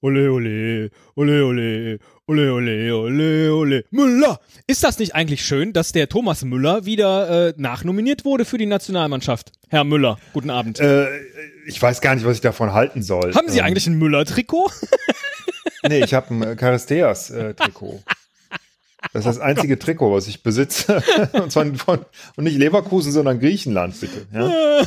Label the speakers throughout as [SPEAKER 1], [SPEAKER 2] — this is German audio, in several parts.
[SPEAKER 1] ole, ole, ole, ole, ole, ole, ole, ole. Müller!
[SPEAKER 2] Ist das nicht eigentlich schön, dass der Thomas Müller wieder äh, nachnominiert wurde für die Nationalmannschaft? Herr Müller, guten Abend.
[SPEAKER 3] Äh, ähm. ich weiß gar nicht, was ich davon halten soll.
[SPEAKER 2] Haben Sie eigentlich ein Müller-Trikot?
[SPEAKER 3] Nee, ich habe ein äh, Caristeas-Trikot. Das ist das einzige Trikot, was ich besitze. und, zwar von, und nicht Leverkusen, sondern Griechenland, bitte. Ja?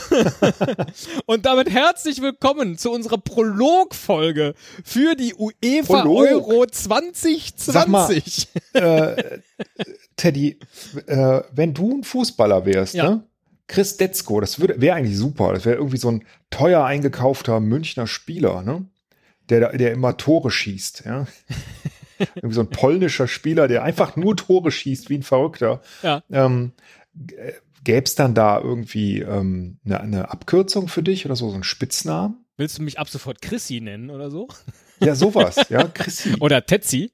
[SPEAKER 2] Und damit herzlich willkommen zu unserer Prolog-Folge für die UEFA
[SPEAKER 3] Prolog?
[SPEAKER 2] Euro
[SPEAKER 3] Sag mal,
[SPEAKER 2] 2020.
[SPEAKER 3] äh, Teddy, äh, wenn du ein Fußballer wärst,
[SPEAKER 2] Ja.
[SPEAKER 3] ne? Chris Detzko, das wäre eigentlich super. Das wäre irgendwie so ein teuer eingekaufter Münchner Spieler, ne? Der, da- der immer Tore schießt, ja? irgendwie so ein polnischer Spieler, der einfach nur Tore schießt, wie ein Verrückter.
[SPEAKER 2] Ja.
[SPEAKER 3] Ähm, Gäbe es dann da irgendwie ähm, eine, eine Abkürzung für dich oder so, so einen Spitznamen?
[SPEAKER 2] Willst du mich ab sofort Chrissy nennen oder so?
[SPEAKER 3] Ja, sowas, ja, Chrissy.
[SPEAKER 2] Oder Tetzi?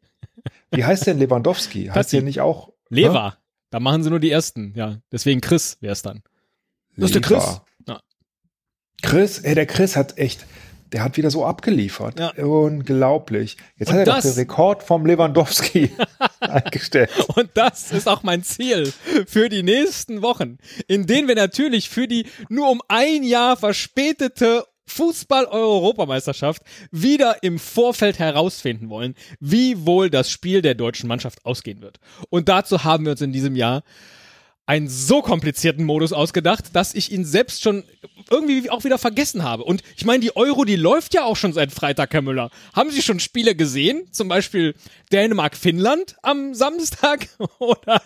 [SPEAKER 3] Wie heißt denn Lewandowski? Heißt
[SPEAKER 2] Tatsi.
[SPEAKER 3] der nicht auch? ne?
[SPEAKER 2] Lever. Da machen sie nur die ersten, ja. Deswegen Chris wär's dann. Das ist der Chris. Ja.
[SPEAKER 3] Chris, ey, der Chris hat echt, der hat wieder so abgeliefert.
[SPEAKER 2] Ja.
[SPEAKER 3] Unglaublich. Jetzt
[SPEAKER 2] Und
[SPEAKER 3] hat er doch
[SPEAKER 2] das-
[SPEAKER 3] den Rekord vom Lewandowski eingestellt.
[SPEAKER 2] Und das ist auch mein Ziel für die nächsten Wochen, in denen wir natürlich für die nur um ein Jahr verspätete Fußball-Europameisterschaft wieder im Vorfeld herausfinden wollen, wie wohl das Spiel der deutschen Mannschaft ausgehen wird. Und dazu haben wir uns in diesem Jahr einen so komplizierten Modus ausgedacht, dass ich ihn selbst schon irgendwie auch wieder vergessen habe. Und ich meine, die Euro, die läuft ja auch schon seit Freitag, Herr Müller. Haben Sie schon Spiele gesehen? Zum Beispiel Dänemark-Finnland am Samstag oder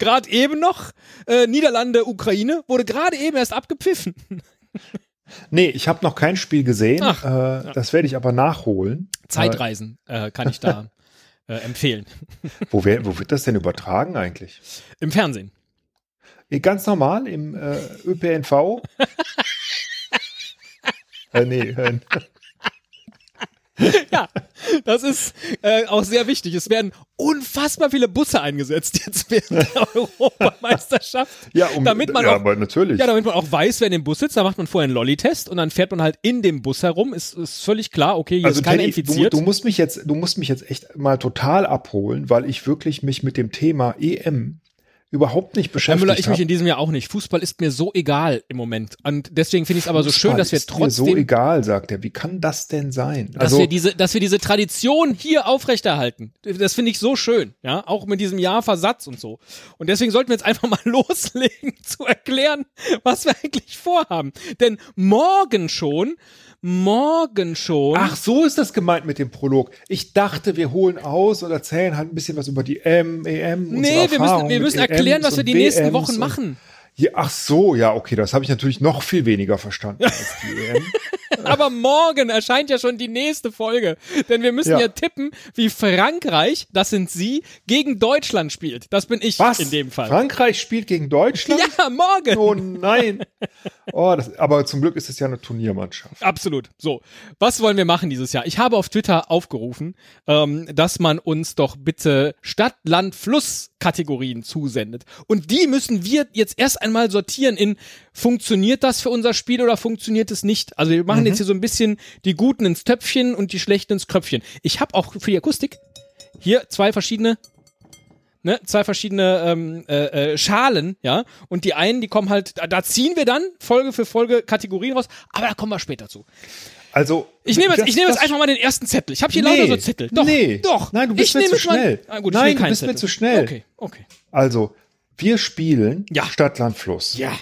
[SPEAKER 2] gerade eben noch äh, Niederlande-Ukraine wurde gerade eben erst abgepfiffen.
[SPEAKER 3] Nee, ich habe noch kein Spiel gesehen.
[SPEAKER 2] Ach.
[SPEAKER 3] äh, Das werde ich aber nachholen.
[SPEAKER 2] Zeitreisen äh, kann ich da äh, empfehlen.
[SPEAKER 3] Äh, wo, wär, wo wird das denn übertragen eigentlich?
[SPEAKER 2] Im Fernsehen.
[SPEAKER 3] Eh, Ganz normal im äh, ÖPNV. äh, nee, äh,
[SPEAKER 2] Ja, das ist äh, auch sehr wichtig. Es werden unfassbar viele Busse eingesetzt jetzt während der Europameisterschaft.
[SPEAKER 3] ja, um,
[SPEAKER 2] damit man
[SPEAKER 3] ja,
[SPEAKER 2] auch
[SPEAKER 3] aber natürlich.
[SPEAKER 2] Ja, damit man auch weiß, wer in dem Bus sitzt, da macht man vorher einen Lolli-Test und dann fährt man halt in dem Bus herum. Ist, ist völlig klar, okay, hier ist keiner
[SPEAKER 3] Also Teddy,
[SPEAKER 2] infiziert.
[SPEAKER 3] Du, du musst mich jetzt, du musst mich jetzt echt mal total abholen, weil ich wirklich mich mit dem Thema EM überhaupt nicht
[SPEAKER 2] Herr Müller,
[SPEAKER 3] beschäftigt
[SPEAKER 2] ich mich
[SPEAKER 3] habe.
[SPEAKER 2] in diesem Jahr auch nicht. Fußball ist mir so egal im Moment. Und deswegen finde ich es aber so schön, dass wir
[SPEAKER 3] ist mir
[SPEAKER 2] trotzdem,
[SPEAKER 3] so egal, sagt er. Wie kann das denn sein?
[SPEAKER 2] dass
[SPEAKER 3] also
[SPEAKER 2] wir diese, dass wir diese Tradition hier aufrechterhalten. Das finde ich so schön, ja, auch mit diesem Jahr Versatz und so. Und deswegen sollten wir jetzt einfach mal loslegen zu erklären, was wir eigentlich vorhaben. Denn morgen schon, morgen schon.
[SPEAKER 3] Ach, so ist das gemeint mit dem Prolog. Ich dachte, wir holen aus und erzählen halt ein bisschen was über die M, EM.
[SPEAKER 2] Nee, wir müssen, wir
[SPEAKER 3] E
[SPEAKER 2] müssen erklären, was wir die nächsten Wochen machen.
[SPEAKER 3] Ja, ach so, ja, okay, das habe ich natürlich noch viel weniger verstanden als die EM.
[SPEAKER 2] Aber morgen erscheint ja schon die nächste Folge. Denn wir müssen ja,
[SPEAKER 3] Ja.
[SPEAKER 2] tippen, wie Frankreich, das sind Sie, gegen Deutschland spielt. Das bin ich
[SPEAKER 3] Was?
[SPEAKER 2] in dem Fall.
[SPEAKER 3] Frankreich spielt gegen Deutschland?
[SPEAKER 2] ja, morgen.
[SPEAKER 3] Oh nein. Oh, das, aber zum Glück ist es ja eine Turniermannschaft.
[SPEAKER 2] Absolut. So, was wollen wir machen dieses Jahr? Ich habe auf Twitter aufgerufen, ähm, dass man uns doch bitte Stadt, Land, Fluss Kategorien zusendet. Und die müssen wir jetzt erst einmal sortieren in funktioniert das für unser Spiel oder funktioniert es nicht? Also wir machen jetzt hier so ein bisschen die Guten ins Töpfchen und die Schlechten ins Kröpfchen. Ich habe auch für die Akustik hier zwei verschiedene ne, zwei verschiedene ähm, äh, äh, Schalen, ja, und die einen, die kommen halt, da, da ziehen wir dann Folge für Folge Kategorien raus, aber da kommen wir später zu.
[SPEAKER 3] Also,
[SPEAKER 2] Ich nehme jetzt,
[SPEAKER 3] das-
[SPEAKER 2] ich nehme jetzt
[SPEAKER 3] das-
[SPEAKER 2] einfach mal den ersten Zettel. Ich habe hier lauter so Zettel. Doch,
[SPEAKER 3] nee.
[SPEAKER 2] doch.
[SPEAKER 3] Nein, du bist
[SPEAKER 2] ich
[SPEAKER 3] mir
[SPEAKER 2] nehme
[SPEAKER 3] zu
[SPEAKER 2] jetzt mal-
[SPEAKER 3] schnell.
[SPEAKER 2] Ah, gut, ich
[SPEAKER 3] Nein,
[SPEAKER 2] nehme
[SPEAKER 3] du
[SPEAKER 2] keinen
[SPEAKER 3] bist mir
[SPEAKER 2] Zettel.
[SPEAKER 3] zu schnell.
[SPEAKER 2] Okay, okay.
[SPEAKER 3] Also, wir spielen
[SPEAKER 2] Ja.
[SPEAKER 3] Stadt, Land, Fluss.
[SPEAKER 2] Ja,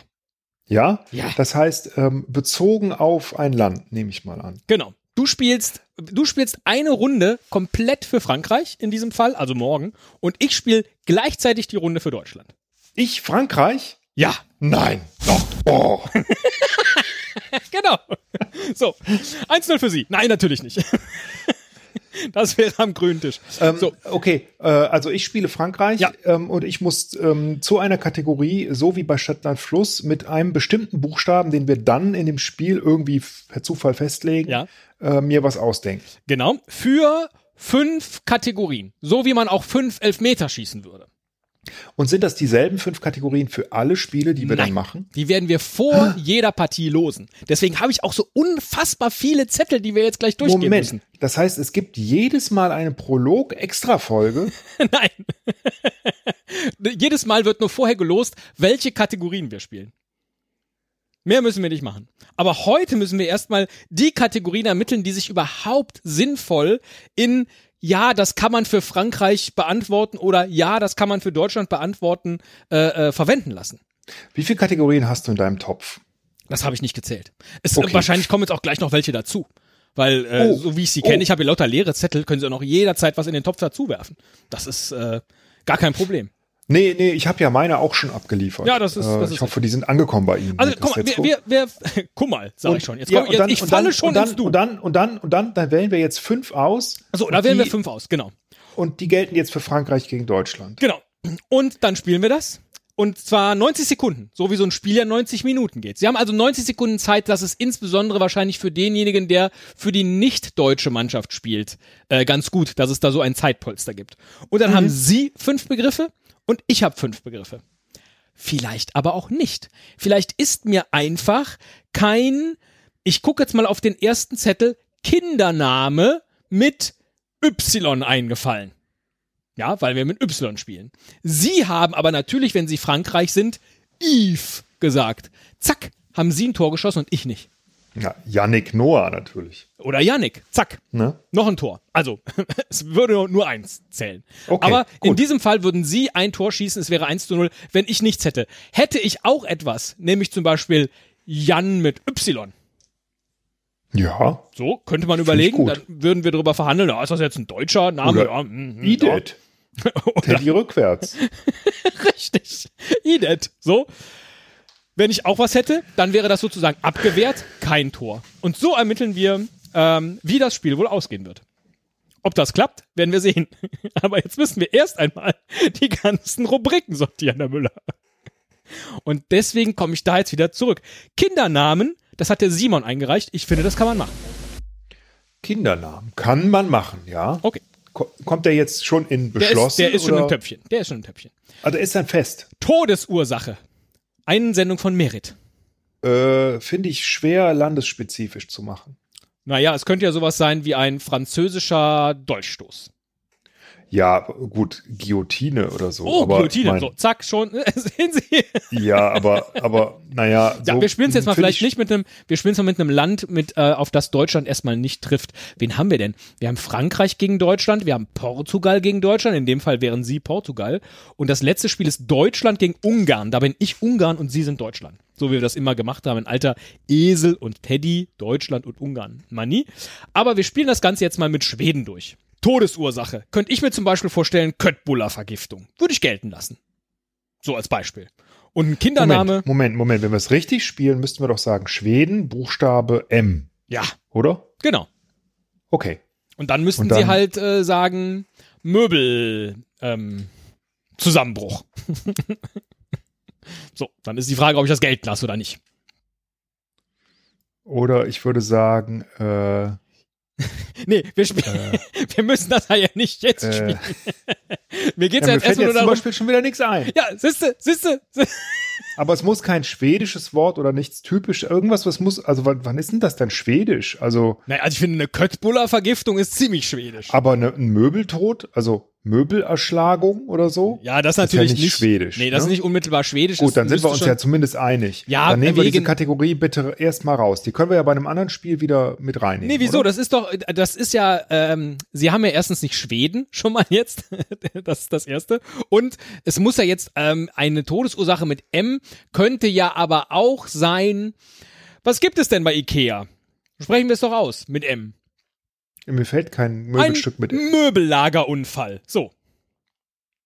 [SPEAKER 3] Ja?
[SPEAKER 2] Ja.
[SPEAKER 3] Das heißt, ähm, bezogen auf ein Land, nehme ich mal an.
[SPEAKER 2] genau. Du spielst, du spielst eine Runde komplett für Frankreich in diesem Fall, also morgen, und ich spiele gleichzeitig die Runde für Deutschland.
[SPEAKER 3] Ich, Frankreich?
[SPEAKER 2] Ja,
[SPEAKER 3] Nein. Doch. Oh.
[SPEAKER 2] genau. So, 1-0 für Sie. Nein, natürlich nicht. Das wäre am grünen Tisch.
[SPEAKER 3] Ähm,
[SPEAKER 2] so,
[SPEAKER 3] Okay, äh, also ich spiele Frankreich
[SPEAKER 2] Ja.
[SPEAKER 3] ähm, und ich muss ähm, zu einer Kategorie, so wie bei Stadtland Fluss, mit einem bestimmten Buchstaben, den wir dann in dem Spiel irgendwie f- per Zufall festlegen,
[SPEAKER 2] Ja.
[SPEAKER 3] äh, mir was ausdenken.
[SPEAKER 2] genau. Für fünf Kategorien. So wie man auch fünf Elfmeter schießen würde.
[SPEAKER 3] Und sind das dieselben fünf Kategorien für alle Spiele, die wir
[SPEAKER 2] Nein.
[SPEAKER 3] dann machen?
[SPEAKER 2] Die werden wir vor jeder Partie losen. Deswegen habe ich auch so unfassbar viele Zettel, die wir jetzt gleich durchgehen
[SPEAKER 3] Moment,
[SPEAKER 2] müssen.
[SPEAKER 3] das heißt, es gibt jedes Mal eine Prolog-Extra-Folge.
[SPEAKER 2] Nein. Jedes Mal wird nur vorher gelost, welche Kategorien wir spielen. Mehr müssen wir nicht machen. Aber heute müssen wir erstmal die Kategorien ermitteln, die sich überhaupt sinnvoll in ja, das kann man für Frankreich beantworten oder ja, das kann man für Deutschland beantworten, äh, äh, verwenden lassen.
[SPEAKER 3] Wie viele Kategorien hast du in deinem Topf?
[SPEAKER 2] Das habe ich nicht gezählt. Es,
[SPEAKER 3] Okay.
[SPEAKER 2] Wahrscheinlich kommen jetzt auch gleich noch welche dazu. Weil, äh,
[SPEAKER 3] Oh.
[SPEAKER 2] so wie ich sie kenne,
[SPEAKER 3] Oh.
[SPEAKER 2] ich habe hier lauter leere Zettel, können sie auch noch jederzeit was in den Topf dazu werfen. Das ist äh, gar kein Problem.
[SPEAKER 3] Nee, nee, ich habe ja meine auch schon abgeliefert. Äh,
[SPEAKER 2] Ja, das ist- das
[SPEAKER 3] ich
[SPEAKER 2] ist
[SPEAKER 3] hoffe, die sind angekommen bei Ihnen.
[SPEAKER 2] Also,
[SPEAKER 3] Das
[SPEAKER 2] guck mal,
[SPEAKER 3] jetzt
[SPEAKER 2] wir,
[SPEAKER 3] gucken.
[SPEAKER 2] wir, wir, guck mal, sag ich schon. Jetzt
[SPEAKER 3] ja,
[SPEAKER 2] komm,
[SPEAKER 3] und
[SPEAKER 2] jetzt,
[SPEAKER 3] dann-
[SPEAKER 2] ich
[SPEAKER 3] und
[SPEAKER 2] falle
[SPEAKER 3] dann-
[SPEAKER 2] schon
[SPEAKER 3] und dann,
[SPEAKER 2] ins Du.
[SPEAKER 3] Und dann, und dann, und dann, dann wählen wir jetzt fünf aus.
[SPEAKER 2] so,
[SPEAKER 3] Und
[SPEAKER 2] da wählen wir
[SPEAKER 3] die-
[SPEAKER 2] fünf aus, genau.
[SPEAKER 3] Und die gelten jetzt für Frankreich gegen Deutschland.
[SPEAKER 2] Genau. Und dann spielen wir das. Und zwar 90 Sekunden, so wie so ein Spiel ja 90 Minuten geht. Sie haben also 90 Sekunden Zeit, das ist insbesondere wahrscheinlich für denjenigen, der für die nicht-deutsche Mannschaft spielt, äh, ganz gut, dass es da so ein Zeitpolster gibt. Und dann haben Sie fünf Begriffe und ich habe fünf Begriffe. Vielleicht aber auch nicht. Vielleicht ist mir einfach kein, ich gucke jetzt mal auf den ersten Zettel, Kindername mit Y eingefallen. Ja, weil wir mit Y spielen. Sie haben aber natürlich, wenn sie Frankreich sind, Yves gesagt. Zack, haben sie ein Tor geschossen und ich nicht.
[SPEAKER 3] Ja, Yannick Noah natürlich.
[SPEAKER 2] Oder Yannick, zack,
[SPEAKER 3] Ne?
[SPEAKER 2] noch ein Tor. Also, es würde nur eins zählen.
[SPEAKER 3] Okay,
[SPEAKER 2] aber in
[SPEAKER 3] gut.
[SPEAKER 2] diesem Fall würden sie ein Tor schießen, es wäre 1 zu 0, wenn ich nichts hätte. Hätte ich auch etwas, nämlich zum Beispiel Jan mit Y.
[SPEAKER 3] Ja.
[SPEAKER 2] So, könnte man überlegen,
[SPEAKER 3] gut.
[SPEAKER 2] dann würden wir darüber verhandeln, ja, ist das jetzt ein deutscher Name?
[SPEAKER 3] Oder
[SPEAKER 2] ja, mm, mm, ja.
[SPEAKER 3] Idet. Teddy rückwärts.
[SPEAKER 2] Richtig. Idet. So. Wenn ich auch was hätte, dann wäre das sozusagen abgewehrt, kein Tor. Und so ermitteln wir, ähm, wie das Spiel wohl ausgehen wird. Ob das klappt, werden wir sehen. Aber jetzt müssen wir erst einmal die ganzen Rubriken sortieren, Herr Müller. Und deswegen komme ich da jetzt wieder zurück. Kindernamen, das hat der Simon eingereicht. Ich finde, das kann man machen.
[SPEAKER 3] Kindernamen. Kann man machen, ja.
[SPEAKER 2] Okay.
[SPEAKER 3] Ko- Kommt der jetzt schon in
[SPEAKER 2] Der ist,
[SPEAKER 3] beschlossen?
[SPEAKER 2] der ist schon
[SPEAKER 3] oder?
[SPEAKER 2] im Töpfchen. Der ist schon im Töpfchen.
[SPEAKER 3] Also ist dann fest.
[SPEAKER 2] Todesursache. Einsendung von Merit.
[SPEAKER 3] Äh, Finde ich schwer, landesspezifisch zu machen.
[SPEAKER 2] Naja, es könnte ja sowas sein wie ein französischer Dolchstoß.
[SPEAKER 3] Ja, gut, Guillotine oder so.
[SPEAKER 2] Oh,
[SPEAKER 3] aber
[SPEAKER 2] Guillotine.
[SPEAKER 3] mein-
[SPEAKER 2] so, zack, schon. Sehen Sie?
[SPEAKER 3] Ja, aber, aber naja.
[SPEAKER 2] Ja,
[SPEAKER 3] so
[SPEAKER 2] wir spielen es jetzt mal
[SPEAKER 3] find
[SPEAKER 2] vielleicht
[SPEAKER 3] ich-
[SPEAKER 2] nicht mit einem, wir spielen es mal mit einem Land, mit, äh, auf das Deutschland erstmal nicht trifft. Wen haben wir denn? Wir haben Frankreich gegen Deutschland, wir haben Portugal gegen Deutschland, in dem Fall wären Sie Portugal. Und das letzte Spiel ist Deutschland gegen Ungarn. Da bin ich Ungarn und Sie sind Deutschland. So wie wir das immer gemacht haben, in alter Esel und Teddy, Deutschland und Ungarn. Mani. Aber wir spielen das Ganze jetzt mal mit Schweden durch. Todesursache. Könnte ich mir zum Beispiel vorstellen, Köttbullar-Vergiftung. Würde ich gelten lassen. So als Beispiel. Und ein Kindername.
[SPEAKER 3] Moment, Moment, Moment. Wenn wir es richtig spielen, müssten wir doch sagen Schweden, Buchstabe M,
[SPEAKER 2] Ja,
[SPEAKER 3] oder?
[SPEAKER 2] genau.
[SPEAKER 3] Okay.
[SPEAKER 2] Und dann müssten
[SPEAKER 3] Und dann-
[SPEAKER 2] sie halt äh, sagen, Möbel ähm, Zusammenbruch. so, dann ist die Frage, ob ich das Geld lasse oder nicht.
[SPEAKER 3] Oder ich würde sagen, äh,
[SPEAKER 2] Nee, wir spielen. wir müssen das ja nicht jetzt
[SPEAKER 3] äh,
[SPEAKER 2] spielen. Mir geht's
[SPEAKER 3] ja,
[SPEAKER 2] ja, jetzt
[SPEAKER 3] mir fällt
[SPEAKER 2] erstmal nur
[SPEAKER 3] jetzt zum
[SPEAKER 2] darum.
[SPEAKER 3] Beispiel schon wieder nichts ein.
[SPEAKER 2] Ja, siehste, siehste, siehste.
[SPEAKER 3] Aber es muss kein schwedisches Wort oder nichts typisch, irgendwas, was muss, also wann, wann ist denn das denn schwedisch? Also,
[SPEAKER 2] Naja, also ich finde, eine Köttbullar-Vergiftung ist ziemlich schwedisch.
[SPEAKER 3] aber ne, ein Möbeltod, also Möbelerschlagung oder so?
[SPEAKER 2] Ja, das ist
[SPEAKER 3] ist ja
[SPEAKER 2] natürlich
[SPEAKER 3] nicht schwedisch,
[SPEAKER 2] Nee, das ist
[SPEAKER 3] ne?
[SPEAKER 2] nicht unmittelbar schwedisch.
[SPEAKER 3] Gut,
[SPEAKER 2] das
[SPEAKER 3] dann sind
[SPEAKER 2] müsste
[SPEAKER 3] wir uns
[SPEAKER 2] schon-
[SPEAKER 3] ja zumindest einig.
[SPEAKER 2] Ja,
[SPEAKER 3] dann nehmen wir
[SPEAKER 2] wegen-
[SPEAKER 3] diese Kategorie bitte erstmal raus. Die können wir ja bei einem anderen Spiel wieder mit reinnehmen.
[SPEAKER 2] Nee, wieso?
[SPEAKER 3] Oder?
[SPEAKER 2] Das ist doch, das ist ja, ähm, sie haben ja erstens nicht Schweden schon mal jetzt. das ist das Erste. Und es muss ja jetzt ähm, eine Todesursache mit M, könnte ja aber auch sein. Was gibt es denn bei Ikea? Sprechen wir es doch aus mit M.
[SPEAKER 3] Mir fällt
[SPEAKER 2] Ein
[SPEAKER 3] kein Möbelstück mit.
[SPEAKER 2] Möbellagerunfall. So.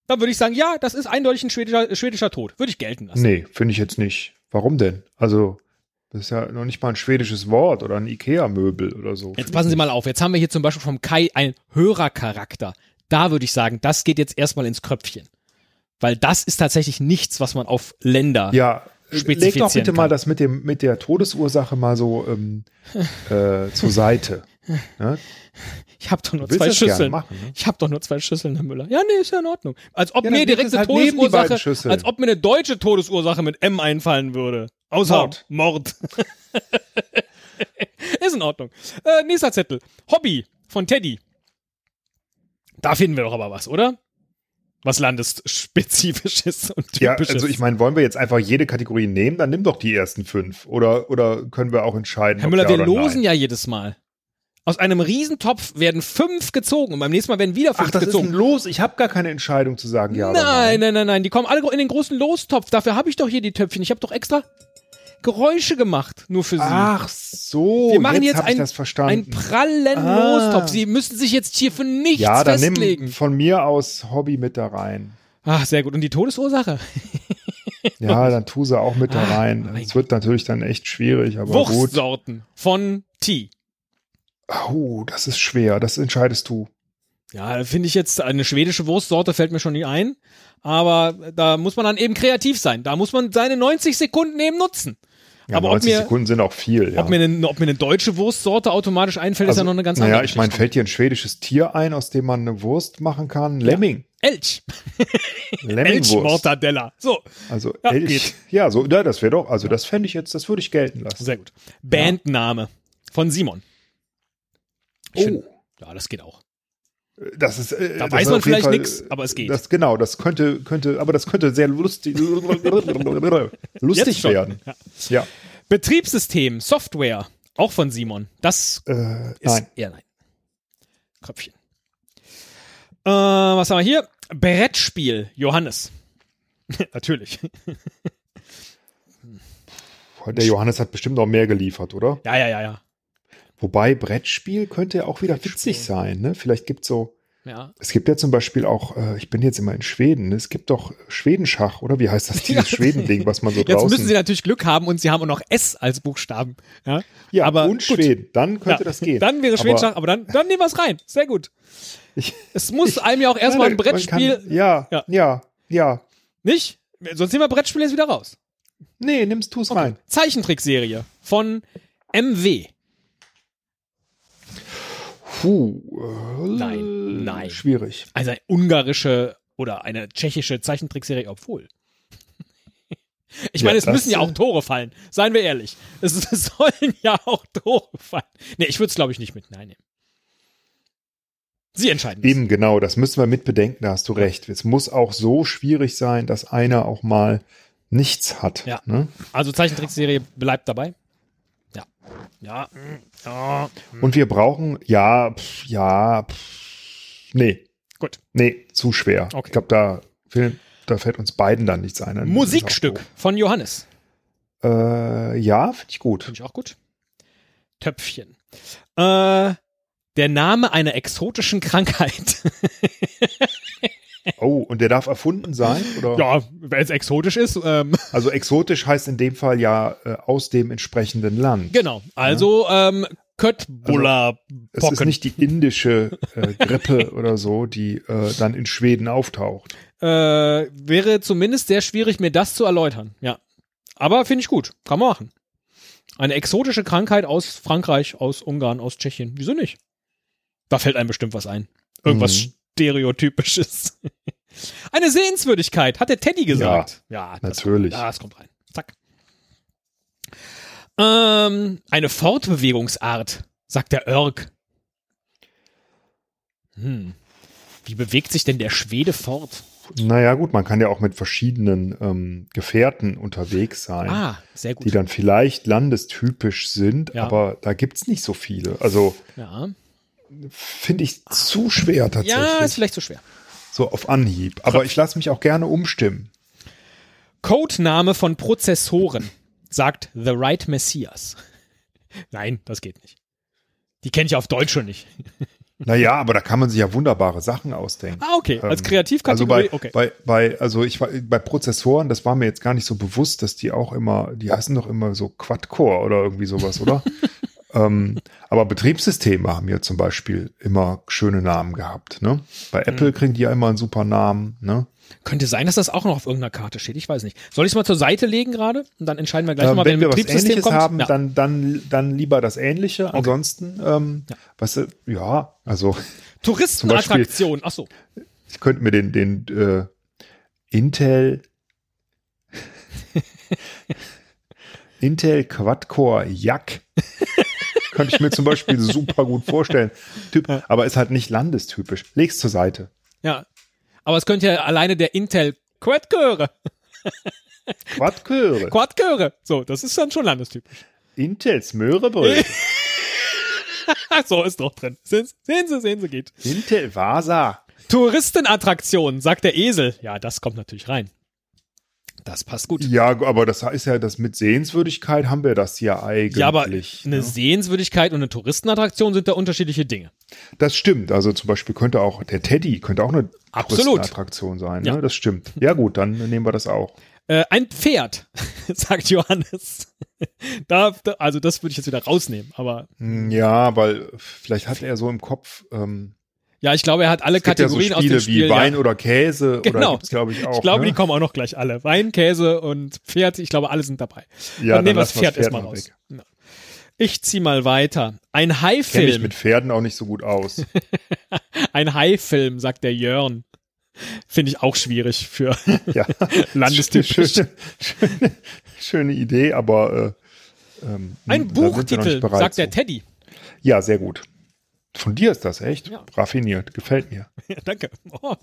[SPEAKER 2] Dann würde ich sagen, ja, das ist eindeutig ein schwedischer, schwedischer Tod. Würde ich gelten lassen.
[SPEAKER 3] Nee, finde ich jetzt nicht. Warum denn? Also, das ist ja noch nicht mal ein schwedisches Wort oder ein Ikea-Möbel oder so.
[SPEAKER 2] Jetzt passen Sie mal auf. Jetzt haben wir hier zum Beispiel vom Kai einen Hörercharakter. Da würde ich sagen, das geht jetzt erstmal ins Köpfchen. Weil das ist tatsächlich nichts, was man auf Länder.
[SPEAKER 3] Ja,
[SPEAKER 2] spezifizieren
[SPEAKER 3] leg doch bitte
[SPEAKER 2] kann.
[SPEAKER 3] mal das mit, dem, mit der Todesursache mal so ähm, äh, zur Seite. Ne?
[SPEAKER 2] Ich habe doch nur
[SPEAKER 3] Du willst
[SPEAKER 2] zwei
[SPEAKER 3] das gerne
[SPEAKER 2] Schüsseln.
[SPEAKER 3] machen. Ne?
[SPEAKER 2] Ich habe doch nur zwei Schüsseln, Herr Müller. Ja, nee, ist ja in Ordnung. Als ob
[SPEAKER 3] Ja, dann
[SPEAKER 2] mir
[SPEAKER 3] leg es
[SPEAKER 2] direkte
[SPEAKER 3] halt neben die beiden
[SPEAKER 2] Todesursache,
[SPEAKER 3] Schüsseln.
[SPEAKER 2] als ob mir eine deutsche Todesursache mit M einfallen würde. Außer Mord.
[SPEAKER 3] Mord.
[SPEAKER 2] ist in Ordnung. Äh, nächster Zettel. Hobby von Teddy. Da finden wir doch aber was, oder? Was landesspezifisches und typisches.
[SPEAKER 3] Ja, also ich meine, wollen wir jetzt einfach jede Kategorie nehmen? Dann nimm doch die ersten fünf. Oder, oder können wir auch entscheiden?
[SPEAKER 2] Herr
[SPEAKER 3] ob
[SPEAKER 2] Müller,
[SPEAKER 3] ja
[SPEAKER 2] wir
[SPEAKER 3] oder
[SPEAKER 2] losen
[SPEAKER 3] nein.
[SPEAKER 2] ja jedes Mal. Aus einem Riesentopf werden fünf gezogen und beim nächsten Mal werden wieder fünf
[SPEAKER 3] Ach, das ist
[SPEAKER 2] gezogen.
[SPEAKER 3] ein Los. Ich habe gar keine Entscheidung zu sagen, ja oder
[SPEAKER 2] nein,
[SPEAKER 3] nein.
[SPEAKER 2] nein, nein, nein. Die kommen alle in den großen Lostopf. Dafür habe ich doch hier die Töpfchen. Ich habe doch extra Geräusche gemacht, nur für Sie.
[SPEAKER 3] Ach so,
[SPEAKER 2] Wir machen jetzt
[SPEAKER 3] hab
[SPEAKER 2] ein-
[SPEAKER 3] ich das
[SPEAKER 2] Ein
[SPEAKER 3] verstanden.
[SPEAKER 2] prallen
[SPEAKER 3] Ah.
[SPEAKER 2] Lostopf. Sie müssen sich jetzt hier für nichts
[SPEAKER 3] ja, dann nimm
[SPEAKER 2] festlegen.
[SPEAKER 3] von mir aus Hobby mit da rein.
[SPEAKER 2] Ach, sehr gut. Und die Todesursache?
[SPEAKER 3] Ja, dann tu sie auch mit da
[SPEAKER 2] Ah,
[SPEAKER 3] rein.
[SPEAKER 2] mein
[SPEAKER 3] Es wird natürlich dann echt schwierig, aber gut.
[SPEAKER 2] Wurstsorten von T.
[SPEAKER 3] Oh, das ist schwer. Das entscheidest du.
[SPEAKER 2] Ja, finde ich jetzt, eine schwedische Wurstsorte fällt mir schon nie ein. Aber da muss man dann eben kreativ sein. Da muss man seine 90 Sekunden eben nutzen.
[SPEAKER 3] Ja,
[SPEAKER 2] aber ob
[SPEAKER 3] 90
[SPEAKER 2] mir,
[SPEAKER 3] Sekunden sind auch viel. Ja. Also,
[SPEAKER 2] ob, mir eine, ob mir eine deutsche Wurstsorte automatisch einfällt, ist ja noch eine ganz andere
[SPEAKER 3] naja, ich meine,
[SPEAKER 2] Geschichte.
[SPEAKER 3] fällt dir ein schwedisches Tier ein, aus dem man eine Wurst machen kann? Lemming.
[SPEAKER 2] Elch.
[SPEAKER 3] Lemmingwurst.
[SPEAKER 2] Elch-Mortadella. So,
[SPEAKER 3] Also
[SPEAKER 2] Ja,
[SPEAKER 3] ja, Elch.
[SPEAKER 2] geht.
[SPEAKER 3] Ja, so, ja, das wäre doch, also das fände ich jetzt, das würde ich gelten lassen.
[SPEAKER 2] sehr gut. Bandname von Simon. Ich
[SPEAKER 3] Oh.
[SPEAKER 2] find- ja, das geht auch.
[SPEAKER 3] Das ist, äh,
[SPEAKER 2] Da
[SPEAKER 3] das
[SPEAKER 2] weiß man
[SPEAKER 3] ist auf jeden
[SPEAKER 2] vielleicht
[SPEAKER 3] Fall,
[SPEAKER 2] nix,
[SPEAKER 3] äh,
[SPEAKER 2] aber es geht.
[SPEAKER 3] Das, genau, das könnte, könnte, aber das könnte sehr lustig,
[SPEAKER 2] Jetzt
[SPEAKER 3] lustig
[SPEAKER 2] schon.
[SPEAKER 3] werden.
[SPEAKER 2] Ja.
[SPEAKER 3] Ja,
[SPEAKER 2] Betriebssystem, Software, auch von Simon. Das
[SPEAKER 3] äh,
[SPEAKER 2] ist
[SPEAKER 3] nein.
[SPEAKER 2] eher nein. Köpfchen. Äh, was haben wir hier? Brettspiel, Johannes. Natürlich.
[SPEAKER 3] Der Johannes hat bestimmt noch mehr geliefert, oder?
[SPEAKER 2] Ja, ja, ja, ja.
[SPEAKER 3] Wobei Brettspiel könnte ja auch wieder witzig sein, ne? Vielleicht gibt es so,
[SPEAKER 2] Ja,
[SPEAKER 3] Es gibt ja zum Beispiel auch, äh, ich bin jetzt immer in Schweden, ne? es gibt doch Schwedenschach, oder wie heißt das, dieses
[SPEAKER 2] Ja.
[SPEAKER 3] Schwedending, was man so
[SPEAKER 2] Jetzt
[SPEAKER 3] draußen...
[SPEAKER 2] müssen sie natürlich Glück haben und sie haben auch noch S als Buchstaben. Ja,
[SPEAKER 3] ja,
[SPEAKER 2] aber
[SPEAKER 3] und
[SPEAKER 2] gut.
[SPEAKER 3] Schweden, dann könnte
[SPEAKER 2] Ja,
[SPEAKER 3] das gehen.
[SPEAKER 2] Dann wäre Schwedschach, aber, dann, dann nehmen wir es rein. Sehr gut.
[SPEAKER 3] Ich-
[SPEAKER 2] es muss einem ja auch
[SPEAKER 3] Aber-
[SPEAKER 2] erstmal ein
[SPEAKER 3] Nein, man
[SPEAKER 2] Brettspiel.
[SPEAKER 3] Kann, ja,
[SPEAKER 2] Ja.
[SPEAKER 3] ja, ja,
[SPEAKER 2] nicht? Sonst nehmen wir Brettspiel jetzt wieder raus.
[SPEAKER 3] Nee, nimmst du es rein.
[SPEAKER 2] Zeichentrickserie von MW.
[SPEAKER 3] Puh. äh,
[SPEAKER 2] Nein, nein.
[SPEAKER 3] Schwierig.
[SPEAKER 2] Also eine ungarische oder eine tschechische Zeichentrickserie, obwohl. Ich
[SPEAKER 3] Ja,
[SPEAKER 2] meine, es
[SPEAKER 3] das,
[SPEAKER 2] müssen ja auch
[SPEAKER 3] äh,
[SPEAKER 2] Tore fallen. Seien wir ehrlich. Es, es sollen ja auch Tore fallen. Nee, ich würde es, glaube ich, nicht mit Nein nehmen. Sie entscheiden. es.
[SPEAKER 3] Eben genau, das müssen wir mit bedenken, da hast du recht. Es muss auch so schwierig sein, dass einer auch mal nichts hat.
[SPEAKER 2] Ja.
[SPEAKER 3] Ne?
[SPEAKER 2] Also Zeichentrickserie bleibt dabei. Ja. Ja. mm, ja.
[SPEAKER 3] Mhm. Und wir brauchen, ja, pf, ja, pf, nee.
[SPEAKER 2] Gut.
[SPEAKER 3] Nee, zu schwer.
[SPEAKER 2] Okay.
[SPEAKER 3] Ich glaube, da, Film- da fällt uns beiden dann nichts ein. Dann ist es
[SPEAKER 2] Musikstück von Johannes.
[SPEAKER 3] auch doof. Äh, ja, finde ich gut.
[SPEAKER 2] Finde ich auch gut. Töpfchen. Äh, der Name einer exotischen Krankheit.
[SPEAKER 3] Oh, und der darf erfunden sein? Oder?
[SPEAKER 2] ja, wenn es exotisch ist. Ähm,
[SPEAKER 3] Also exotisch heißt in dem Fall ja äh, aus dem entsprechenden Land.
[SPEAKER 2] genau. Also ähm, Köttbullar
[SPEAKER 3] Es ist
[SPEAKER 2] Pocken.
[SPEAKER 3] nicht die indische äh, Grippe oder so, die äh, dann in Schweden auftaucht.
[SPEAKER 2] äh, wäre zumindest sehr schwierig, mir das zu erläutern. Ja. Aber finde ich gut. Kann man machen. Eine exotische Krankheit aus Frankreich, aus Ungarn, aus Tschechien. Wieso nicht? Da fällt einem bestimmt was ein. Irgendwas
[SPEAKER 3] Mhm.
[SPEAKER 2] Stereotypisches. Eine Sehenswürdigkeit, hat der Teddy gesagt. Ja, das
[SPEAKER 3] natürlich.
[SPEAKER 2] Kommt, ja, das kommt rein. Zack. Ähm, eine Fortbewegungsart, sagt der Örg. Hm. Wie bewegt sich denn der Schwede fort?
[SPEAKER 3] Naja, gut, man kann ja auch mit verschiedenen ähm, Gefährten unterwegs sein.
[SPEAKER 2] Ah, sehr gut.
[SPEAKER 3] die dann vielleicht landestypisch sind,
[SPEAKER 2] Ja.
[SPEAKER 3] aber da gibt es nicht so viele. Also
[SPEAKER 2] Ja,
[SPEAKER 3] finde ich zu schwer
[SPEAKER 2] ja ist
[SPEAKER 3] tatsächlich.
[SPEAKER 2] vielleicht zu schwer.
[SPEAKER 3] so auf Anhieb. Aber ich lasse mich auch gerne umstimmen.
[SPEAKER 2] Codename von Prozessoren, sagt The Right Messias. Nein, das geht nicht. Die kenne ich auf Deutsch schon nicht.
[SPEAKER 3] Naja, aber da kann man sich ja wunderbare Sachen ausdenken.
[SPEAKER 2] Ah, okay. Als
[SPEAKER 3] Ähm, Also
[SPEAKER 2] Kreativkategorie,
[SPEAKER 3] bei,
[SPEAKER 2] okay.
[SPEAKER 3] bei, bei, also ich war bei Prozessoren, das war mir jetzt gar nicht so bewusst, dass die auch immer, die heißen doch immer so Quad-Core oder irgendwie sowas, oder? ähm, aber Betriebssysteme haben ja
[SPEAKER 2] Mhm.
[SPEAKER 3] zum Beispiel immer schöne Namen gehabt. Ne? Bei Apple kriegen die ja immer einen super Namen. Ne?
[SPEAKER 2] Könnte sein, dass das auch noch auf irgendeiner Karte steht. Ich weiß nicht. Soll ich es mal zur Seite legen gerade? Und dann entscheiden wir gleich
[SPEAKER 3] Ähm,
[SPEAKER 2] nochmal,
[SPEAKER 3] wenn
[SPEAKER 2] wenn ein
[SPEAKER 3] wir was
[SPEAKER 2] Betriebssystem
[SPEAKER 3] Ähnliches
[SPEAKER 2] kommt.
[SPEAKER 3] haben,
[SPEAKER 2] ja.
[SPEAKER 3] dann, dann, dann lieber das Ähnliche. Ansonsten, ähm,
[SPEAKER 2] Ja.
[SPEAKER 3] was, äh, ja, also Beispiel-
[SPEAKER 2] Touristenattraktion. Ach so.
[SPEAKER 3] ich könnte mir den, den äh, Intel Intel Quad-Core Jack könnte ich mir zum Beispiel super gut vorstellen. Typ, aber ist halt nicht landestypisch. Leg's zur Seite.
[SPEAKER 2] Ja. Aber es könnte ja alleine der Intel Quadcore.
[SPEAKER 3] Quad-Chöre.
[SPEAKER 2] Quadcore. So, das ist dann schon landestypisch.
[SPEAKER 3] Intels Möhrebröt.
[SPEAKER 2] Ach so, ist doch drin. Sehen Sie, sehen Sie, sehen Sie geht.
[SPEAKER 3] Intel Vasa.
[SPEAKER 2] Touristenattraktion, sagt der Esel. Ja, das kommt natürlich rein. Das passt gut.
[SPEAKER 3] Ja, aber das ist ja das mit Sehenswürdigkeit haben wir das ja eigentlich.
[SPEAKER 2] Ja, aber eine
[SPEAKER 3] ne?
[SPEAKER 2] Sehenswürdigkeit und eine Touristenattraktion sind da unterschiedliche Dinge.
[SPEAKER 3] Das stimmt. Also zum Beispiel könnte auch der Teddy könnte auch eine
[SPEAKER 2] Absolut.
[SPEAKER 3] Touristenattraktion sein. Ne?
[SPEAKER 2] Ja.
[SPEAKER 3] Das stimmt. Ja gut, dann nehmen wir das auch.
[SPEAKER 2] Äh, ein Pferd, sagt Johannes. da, da, also das würde ich jetzt wieder rausnehmen. Aber
[SPEAKER 3] Hm, Ja, weil vielleicht hat er so im Kopf ähm,
[SPEAKER 2] ja, ich glaube, er hat alle
[SPEAKER 3] es gibt ja so
[SPEAKER 2] Kategorien aus
[SPEAKER 3] Spiele
[SPEAKER 2] dem Spiel.
[SPEAKER 3] wie Wein
[SPEAKER 2] ja.
[SPEAKER 3] oder Käse oder
[SPEAKER 2] Genau.
[SPEAKER 3] gibt's, glaube ich auch.
[SPEAKER 2] ich glaube,
[SPEAKER 3] ne?
[SPEAKER 2] die kommen auch noch gleich alle. Wein, Käse und Pferd. Ich glaube, alle sind dabei.
[SPEAKER 3] ja,
[SPEAKER 2] dann nehmen wir das
[SPEAKER 3] lassen wir
[SPEAKER 2] Pferd, erstmal
[SPEAKER 3] mal
[SPEAKER 2] raus.
[SPEAKER 3] weg.
[SPEAKER 2] Ja. Ich zieh mal weiter. Ein
[SPEAKER 3] Kenne ich
[SPEAKER 2] Haifilm.
[SPEAKER 3] mit Pferden auch nicht so gut aus.
[SPEAKER 2] Ein Haifilm, sagt der Jörn. Finde ich auch schwierig für
[SPEAKER 3] ja.
[SPEAKER 2] landestypisch.
[SPEAKER 3] Schöne, schöne, schöne Idee, aber äh, ähm,
[SPEAKER 2] Ein
[SPEAKER 3] da sind wir noch
[SPEAKER 2] Buchtitel,
[SPEAKER 3] nicht bereit
[SPEAKER 2] sagt der
[SPEAKER 3] zu.
[SPEAKER 2] Teddy.
[SPEAKER 3] Ja, sehr gut. Von dir ist das echt
[SPEAKER 2] Ja.
[SPEAKER 3] raffiniert, gefällt mir.
[SPEAKER 2] Ja, danke. Oh.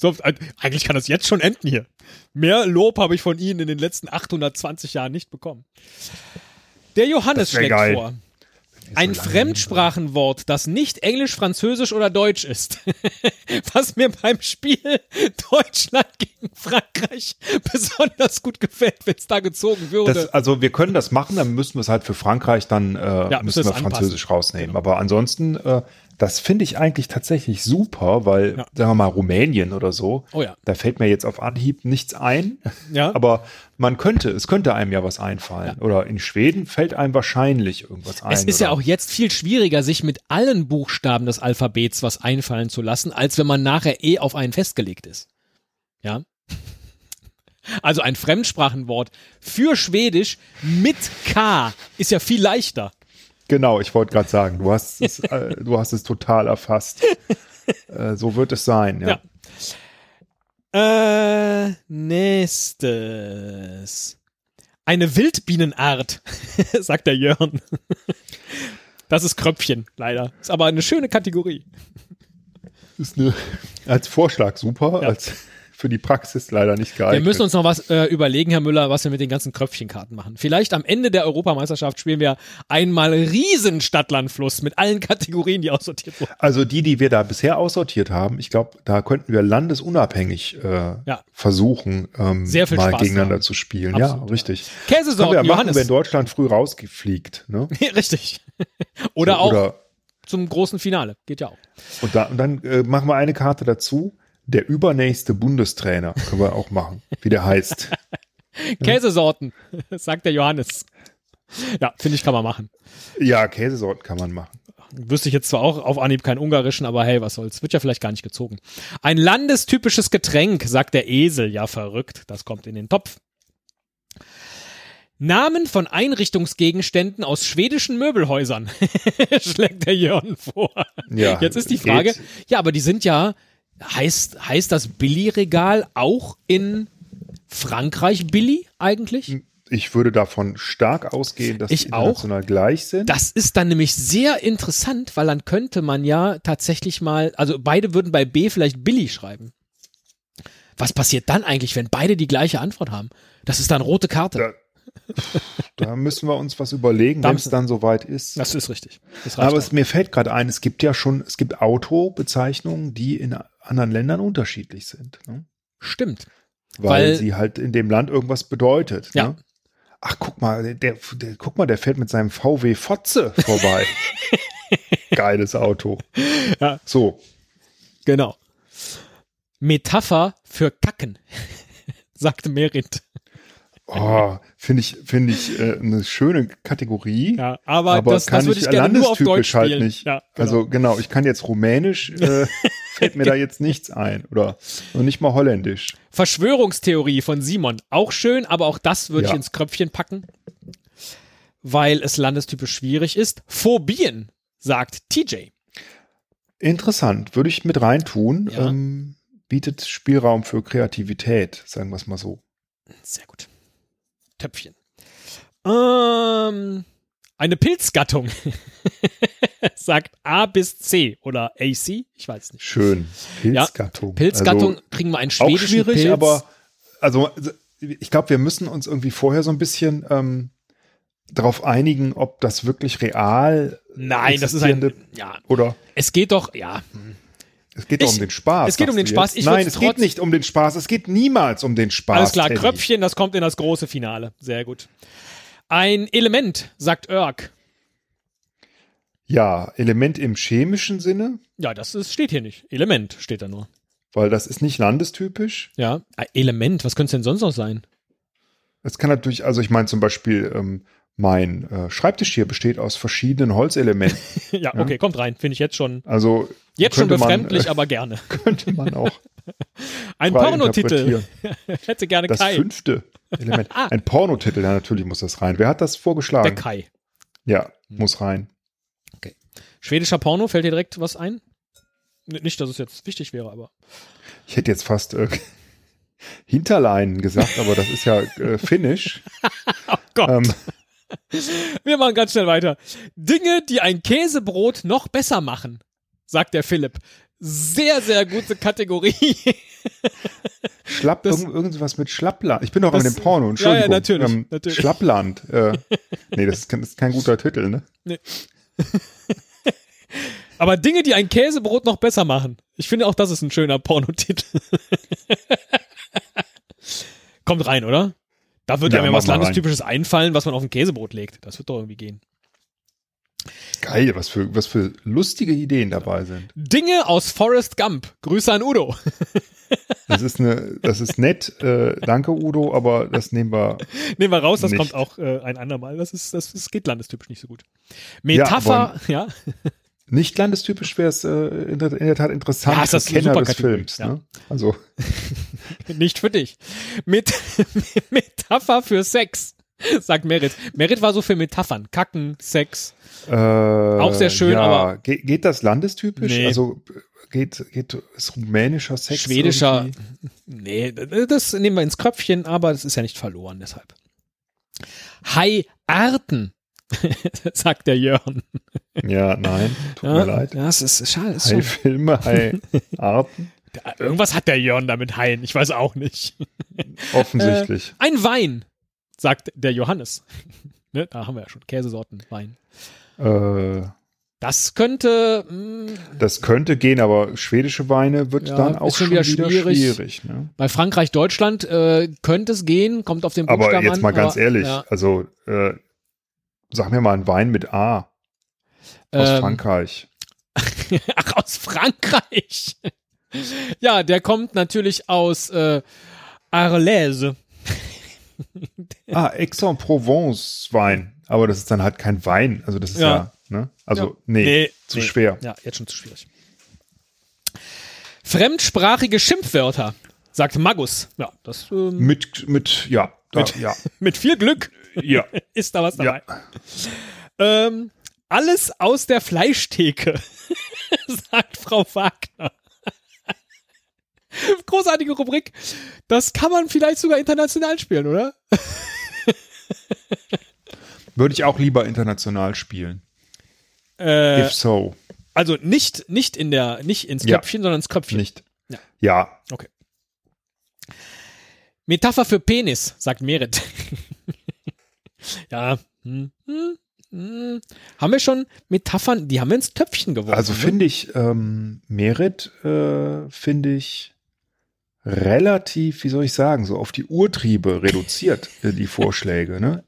[SPEAKER 2] So, äh, eigentlich kann das jetzt schon enden hier. Mehr Lob habe ich von Ihnen in den letzten 820 Jahren nicht bekommen. Der Johannes
[SPEAKER 3] Das wär
[SPEAKER 2] schlägt
[SPEAKER 3] geil.
[SPEAKER 2] vor.
[SPEAKER 3] Ist
[SPEAKER 2] Ein
[SPEAKER 3] so lange
[SPEAKER 2] Fremdsprachenwort, das nicht Englisch, Französisch oder Deutsch ist. Was mir beim Spiel Deutschland gegen Frankreich besonders gut gefällt, wenn es da gezogen würde.
[SPEAKER 3] Das, also wir können das machen, dann müssen wir es halt für Frankreich dann äh,
[SPEAKER 2] müssen
[SPEAKER 3] müssen wir
[SPEAKER 2] wir es
[SPEAKER 3] Französisch
[SPEAKER 2] anpassen. Genau.
[SPEAKER 3] rausnehmen. Aber ansonsten, äh, das finde ich eigentlich tatsächlich super, weil
[SPEAKER 2] Ja.
[SPEAKER 3] sagen wir mal Rumänien oder so,
[SPEAKER 2] Oh ja.
[SPEAKER 3] da fällt mir jetzt auf Anhieb nichts ein.
[SPEAKER 2] Ja.
[SPEAKER 3] Aber man könnte, es könnte einem ja was einfallen. Oder in Schweden fällt einem wahrscheinlich irgendwas ein.
[SPEAKER 2] Es ist
[SPEAKER 3] oder?
[SPEAKER 2] ja auch jetzt viel schwieriger, sich mit allen Buchstaben des Alphabets was einfallen zu lassen, als wenn man nachher eh auf einen festgelegt ist. Ja? Also ein Fremdsprachenwort für Schwedisch mit K ist ja viel leichter.
[SPEAKER 3] Genau, ich wollte gerade sagen, du hast es, äh, du hast es total erfasst. äh, so wird es sein. Ja.
[SPEAKER 2] Ja. Äh, nächstes. Eine Wildbienenart, sagt der Jörn. Das ist Kröpfchen, leider. Ist aber eine schöne Kategorie.
[SPEAKER 3] Ist eine, als Vorschlag super, als für die Praxis leider nicht geeignet.
[SPEAKER 2] Wir müssen uns noch was äh, überlegen, Herr Müller, was wir mit den ganzen Kröpfchenkarten machen. Vielleicht am Ende der Europameisterschaft spielen wir einmal riesen Stadtlandfluss mit allen Kategorien, die aussortiert wurden.
[SPEAKER 3] Also die, die wir da bisher aussortiert haben, ich glaube, da könnten wir landesunabhängig äh, versuchen, ähm,
[SPEAKER 2] Sehr viel
[SPEAKER 3] mal
[SPEAKER 2] Spaß
[SPEAKER 3] gegeneinander
[SPEAKER 2] haben.
[SPEAKER 3] zu spielen.
[SPEAKER 2] Absolut,
[SPEAKER 3] ja, richtig. Das können wir ja
[SPEAKER 2] Käsesorten,
[SPEAKER 3] machen,
[SPEAKER 2] Johannes.
[SPEAKER 3] wenn Deutschland früh rausgefliegt. Ne?
[SPEAKER 2] Richtig. Oder
[SPEAKER 3] So,
[SPEAKER 2] auch
[SPEAKER 3] Oder,
[SPEAKER 2] zum großen Finale. Geht ja auch.
[SPEAKER 3] und, da, und dann äh, machen wir eine Karte dazu. Der übernächste Bundestrainer können wir auch machen, wie der heißt.
[SPEAKER 2] Käsesorten, sagt der Johannes. Ja, finde ich, kann man machen.
[SPEAKER 3] Ja, Käsesorten kann man machen.
[SPEAKER 2] Wüsste ich jetzt zwar auch auf Anhieb keinen ungarischen, aber hey, was soll's. Wird ja vielleicht gar nicht gezogen. Ein landestypisches Getränk, sagt der Esel. Ja, verrückt. Das kommt in den Topf. Namen von Einrichtungsgegenständen aus schwedischen Möbelhäusern, schlägt der Jörn vor.
[SPEAKER 3] Ja,
[SPEAKER 2] Jetzt ist die Frage,
[SPEAKER 3] geht.
[SPEAKER 2] ja, aber die sind ja, heißt, heißt das Billy-Regal auch in Frankreich Billy eigentlich?
[SPEAKER 3] Ich würde davon stark ausgehen, dass
[SPEAKER 2] Ich
[SPEAKER 3] die international gleich sind.
[SPEAKER 2] Das ist dann nämlich sehr interessant, weil dann könnte man ja tatsächlich mal, also beide würden bei B vielleicht Billy schreiben. Was passiert dann eigentlich, wenn beide die gleiche Antwort haben? Das ist dann rote Karte.
[SPEAKER 3] Da- Da müssen wir uns was überlegen,
[SPEAKER 2] Da
[SPEAKER 3] wenn es
[SPEAKER 2] müssen-
[SPEAKER 3] dann soweit ist.
[SPEAKER 2] das ist richtig. Das reicht
[SPEAKER 3] Aber
[SPEAKER 2] auch.
[SPEAKER 3] es, mir fällt gerade ein, es gibt ja schon, es gibt Autobezeichnungen, die in anderen Ländern unterschiedlich sind. Ne?
[SPEAKER 2] stimmt.
[SPEAKER 3] Weil,
[SPEAKER 2] Weil-
[SPEAKER 3] sie halt in dem Land irgendwas bedeutet.
[SPEAKER 2] Ja.
[SPEAKER 3] Ne? Ach, guck mal, der, der, guck mal, der fährt mit seinem VW Fotze vorbei. Geiles Auto.
[SPEAKER 2] Ja.
[SPEAKER 3] So,
[SPEAKER 2] Genau. Metapher für Kacken, sagt Merit.
[SPEAKER 3] oh, finde ich, finde ich äh, eine schöne Kategorie.
[SPEAKER 2] Ja, aber,
[SPEAKER 3] aber
[SPEAKER 2] das,
[SPEAKER 3] kann
[SPEAKER 2] das würde ich
[SPEAKER 3] ich
[SPEAKER 2] gerne nur auf
[SPEAKER 3] landestypisch
[SPEAKER 2] Deutsch
[SPEAKER 3] halt
[SPEAKER 2] spielen.
[SPEAKER 3] nicht.
[SPEAKER 2] Ja, genau.
[SPEAKER 3] Also genau, ich kann jetzt Rumänisch äh, Fällt mir da jetzt nichts ein. Oder und nicht mal holländisch.
[SPEAKER 2] Verschwörungstheorie von Simon. Auch schön, aber auch das würde
[SPEAKER 3] Ja.
[SPEAKER 2] ich ins Kröpfchen packen, weil es landestypisch schwierig ist. Phobien, sagt TJ.
[SPEAKER 3] Interessant, würde ich mit reintun.
[SPEAKER 2] Ja.
[SPEAKER 3] Ähm, bietet Spielraum für Kreativität, sagen wir es mal so.
[SPEAKER 2] Sehr gut. Töpfchen. Ähm, eine Pilzgattung, sagt A bis C oder AC, ich weiß nicht.
[SPEAKER 3] Schön. Pilzgattung.
[SPEAKER 2] Pilzgattung
[SPEAKER 3] Also,
[SPEAKER 2] kriegen wir einen
[SPEAKER 3] auch
[SPEAKER 2] schwedischen
[SPEAKER 3] schwierig,
[SPEAKER 2] Pilz.
[SPEAKER 3] aber also ich glaube, wir müssen uns irgendwie vorher so ein bisschen ähm, darauf einigen, ob das wirklich real
[SPEAKER 2] Nein, das ist ein.
[SPEAKER 3] existierende-
[SPEAKER 2] Ja,
[SPEAKER 3] oder
[SPEAKER 2] es geht doch, ja,
[SPEAKER 3] es geht doch
[SPEAKER 2] Ich-
[SPEAKER 3] um den Spaß.
[SPEAKER 2] es geht um
[SPEAKER 3] sagst
[SPEAKER 2] den
[SPEAKER 3] du
[SPEAKER 2] Spaß,
[SPEAKER 3] jetzt.
[SPEAKER 2] ich
[SPEAKER 3] Nein,
[SPEAKER 2] würd's
[SPEAKER 3] es
[SPEAKER 2] trotz-
[SPEAKER 3] geht nicht um den Spaß. Es geht niemals um den Spaß.
[SPEAKER 2] Alles klar,
[SPEAKER 3] Teddy.
[SPEAKER 2] Kröpfchen, das kommt in das große Finale. Sehr gut. Ein Element, sagt Örk.
[SPEAKER 3] Ja, Element im chemischen Sinne,
[SPEAKER 2] Ja, das ist, steht hier nicht. Element steht da nur.
[SPEAKER 3] weil das ist nicht landestypisch.
[SPEAKER 2] Ja. Äh, Element, was könnte es denn sonst noch sein?
[SPEAKER 3] Es kann natürlich, also ich meine zum Beispiel, ähm, mein äh, Schreibtisch hier besteht aus verschiedenen Holzelementen.
[SPEAKER 2] ja, okay, kommt rein. Finde ich jetzt schon.
[SPEAKER 3] Also
[SPEAKER 2] Jetzt schon
[SPEAKER 3] könnte man,
[SPEAKER 2] befremdlich,
[SPEAKER 3] äh,
[SPEAKER 2] aber gerne.
[SPEAKER 3] könnte man auch
[SPEAKER 2] Ein
[SPEAKER 3] frei
[SPEAKER 2] Pornotitel.
[SPEAKER 3] interpretieren.
[SPEAKER 2] Hätte gerne
[SPEAKER 3] Das
[SPEAKER 2] Kai.
[SPEAKER 3] fünfte Element. Ein Pornotitel, ja, natürlich muss das rein. Wer hat das
[SPEAKER 2] Ah. Der
[SPEAKER 3] vorgeschlagen?
[SPEAKER 2] Kai.
[SPEAKER 3] Ja, muss rein.
[SPEAKER 2] Schwedischer Porno, fällt dir direkt was ein? N- Nicht, dass es jetzt wichtig wäre, aber.
[SPEAKER 3] Ich hätte jetzt fast äh, Hinterlein gesagt, aber das ist ja äh, Finnisch.
[SPEAKER 2] Oh Gott.
[SPEAKER 3] Ähm,
[SPEAKER 2] Wir machen ganz schnell weiter. Dinge, die ein Käsebrot noch besser machen, sagt der Philipp. Sehr, sehr gute Kategorie.
[SPEAKER 3] Schlapp,
[SPEAKER 2] Das-
[SPEAKER 3] irgend, irgendwas mit Schlappland. Ich bin doch
[SPEAKER 2] Das-
[SPEAKER 3] mit dem Porno, Entschuldigung. Ähm,
[SPEAKER 2] Ja, ja, natürlich, natürlich.
[SPEAKER 3] Schlappland. Äh, nee, das ist, kein- das ist kein guter Titel, ne?
[SPEAKER 2] Aber Dinge, die ein Käsebrot noch besser machen. Ich finde auch, das ist ein schöner Pornotitel. Kommt rein, oder? Da wird
[SPEAKER 3] Ja,
[SPEAKER 2] einem ja
[SPEAKER 3] mach
[SPEAKER 2] was
[SPEAKER 3] mal rein.
[SPEAKER 2] Landestypisches einfallen, was man auf ein Käsebrot legt. Das wird doch irgendwie gehen.
[SPEAKER 3] Geil, was für, was für lustige Ideen dabei sind.
[SPEAKER 2] Dinge aus Forrest Gump. Grüße an Udo.
[SPEAKER 3] Das ist, eine, das ist nett. Äh, danke, Udo, aber das nehmen wir.
[SPEAKER 2] Nehmen wir raus, das
[SPEAKER 3] Nicht.
[SPEAKER 2] kommt auch äh, ein andermal. Das, ist, das, das geht landestypisch nicht so gut.
[SPEAKER 3] Ja,
[SPEAKER 2] Metapher, ja.
[SPEAKER 3] Nicht landestypisch wäre es äh, in, der- in der Tat interessant
[SPEAKER 2] Ja, ist
[SPEAKER 3] für
[SPEAKER 2] das eine
[SPEAKER 3] Kenner
[SPEAKER 2] super
[SPEAKER 3] des
[SPEAKER 2] Kategorie,
[SPEAKER 3] Films.
[SPEAKER 2] ja.
[SPEAKER 3] Ne? Also,
[SPEAKER 2] Nicht für dich. Met Metapher für Sex, sagt Merit. Merit war so für Metaphern. Kacken, Sex.
[SPEAKER 3] äh, auch
[SPEAKER 2] sehr schön,
[SPEAKER 3] ja.
[SPEAKER 2] aber-
[SPEAKER 3] Ge geht das landestypisch?
[SPEAKER 2] Nee.
[SPEAKER 3] Also, geht, geht ist rumänischer Sex?
[SPEAKER 2] Schwedischer.
[SPEAKER 3] irgendwie?
[SPEAKER 2] Nee, das nehmen wir ins Kröpfchen, aber das ist ja nicht verloren, deshalb. Hai-Arten, sagt der Jörn.
[SPEAKER 3] Ja, nein, tut
[SPEAKER 2] ja,
[SPEAKER 3] mir leid.
[SPEAKER 2] Ja, das ist schade. Ist
[SPEAKER 3] Hi
[SPEAKER 2] schon,
[SPEAKER 3] Filme, hi Arten.
[SPEAKER 2] irgendwas hat der Jörn damit Haien, ich weiß auch nicht.
[SPEAKER 3] Offensichtlich.
[SPEAKER 2] Ein Wein, sagt der Johannes. Ne, da haben wir ja schon Käsesorten, Wein.
[SPEAKER 3] Äh,
[SPEAKER 2] Das könnte. mm, Mh,
[SPEAKER 3] das könnte gehen, aber schwedische Weine wird
[SPEAKER 2] Ja,
[SPEAKER 3] dann
[SPEAKER 2] ist
[SPEAKER 3] auch
[SPEAKER 2] schon
[SPEAKER 3] schon
[SPEAKER 2] wieder
[SPEAKER 3] wieder,
[SPEAKER 2] schwierig.
[SPEAKER 3] schwierig. ne?
[SPEAKER 2] Bei Frankreich, Deutschland äh, könnte es gehen, kommt auf den Buchstaben
[SPEAKER 3] Aber jetzt
[SPEAKER 2] an,
[SPEAKER 3] mal ganz
[SPEAKER 2] aber,
[SPEAKER 3] ehrlich,
[SPEAKER 2] ja,
[SPEAKER 3] also äh, sag mir mal einen Wein mit A aus
[SPEAKER 2] ähm,
[SPEAKER 3] Frankreich.
[SPEAKER 2] Ach, aus Frankreich. ja, der kommt natürlich aus äh, Arles.
[SPEAKER 3] Ah, Aix-en-Provence-Wein. Aber das ist dann halt kein Wein. Also das ist
[SPEAKER 2] Ja.
[SPEAKER 3] ja, ne? Also Nee, zu schwer.
[SPEAKER 2] Ja, jetzt schon zu schwierig. Fremdsprachige Schimpfwörter, sagt Magus. Ja, das ähm,
[SPEAKER 3] Mit, mit, ja, da, ja,
[SPEAKER 2] mit viel Glück
[SPEAKER 3] ja,
[SPEAKER 2] ist da was dabei.
[SPEAKER 3] ja.
[SPEAKER 2] Ähm, alles aus der Fleischtheke, sagt Frau Wagner. Großartige Rubrik. Das kann man vielleicht sogar international spielen, oder?
[SPEAKER 3] Würde ich auch lieber international spielen.
[SPEAKER 2] Äh,
[SPEAKER 3] If so,
[SPEAKER 2] Also nicht, nicht in der, nicht ins
[SPEAKER 3] Ja.
[SPEAKER 2] Köpfchen, sondern ins Köpfchen.
[SPEAKER 3] nicht.
[SPEAKER 2] Ja.
[SPEAKER 3] ja,
[SPEAKER 2] Metapher für Penis, sagt Merit. ja. Hm. Hm. Hm. Haben wir schon Metaphern, die haben wir ins Töpfchen geworfen.
[SPEAKER 3] Also finde ich, ähm, Merit äh, finde ich relativ, wie soll ich sagen, so auf die Urtriebe reduziert, äh, die Vorschläge. Ne?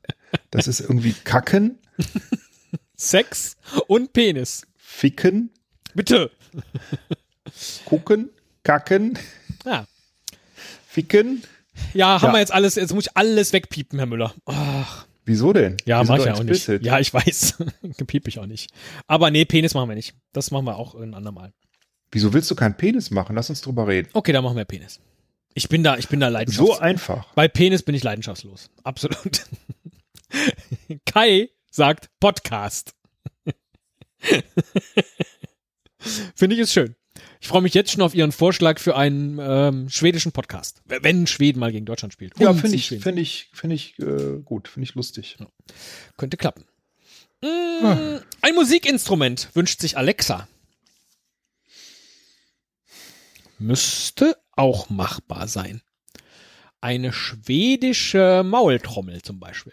[SPEAKER 3] Das ist irgendwie Kacken,
[SPEAKER 2] Sex und Penis.
[SPEAKER 3] Ficken,
[SPEAKER 2] Bitte.
[SPEAKER 3] Gucken, Kacken,
[SPEAKER 2] Ja,
[SPEAKER 3] Ficken.
[SPEAKER 2] ja haben
[SPEAKER 3] Ja.
[SPEAKER 2] wir jetzt alles, jetzt muss ich alles wegpiepen, Herr Müller. Oh, Ach,
[SPEAKER 3] Wieso denn?
[SPEAKER 2] ja,
[SPEAKER 3] Wir sind
[SPEAKER 2] mach ich
[SPEAKER 3] doch
[SPEAKER 2] ja auch nicht.
[SPEAKER 3] explicit.
[SPEAKER 2] Ja, ich weiß. Piep ich auch nicht. Aber nee, Penis machen wir nicht. Das machen wir auch ein andermal.
[SPEAKER 3] Wieso willst du keinen Penis machen? Lass uns drüber reden.
[SPEAKER 2] Okay, dann machen wir Penis. Ich bin da, ich bin da leidenschaftslos.
[SPEAKER 3] So einfach.
[SPEAKER 2] Bei Penis bin ich leidenschaftslos. Absolut. Kai sagt Podcast. Finde ich es schön. Ich freue mich jetzt schon auf Ihren Vorschlag für einen ähm, schwedischen Podcast. Wenn Schweden mal gegen Deutschland spielt.
[SPEAKER 3] Ja,
[SPEAKER 2] Und
[SPEAKER 3] finde
[SPEAKER 2] sie
[SPEAKER 3] ich,
[SPEAKER 2] Schweden.
[SPEAKER 3] finde ich, finde ich äh, gut, finde ich lustig.
[SPEAKER 2] Könnte klappen.
[SPEAKER 3] Ah.
[SPEAKER 2] Mm, Ein Musikinstrument wünscht sich Alexa. Müsste auch machbar sein. Eine schwedische Maultrommel zum Beispiel.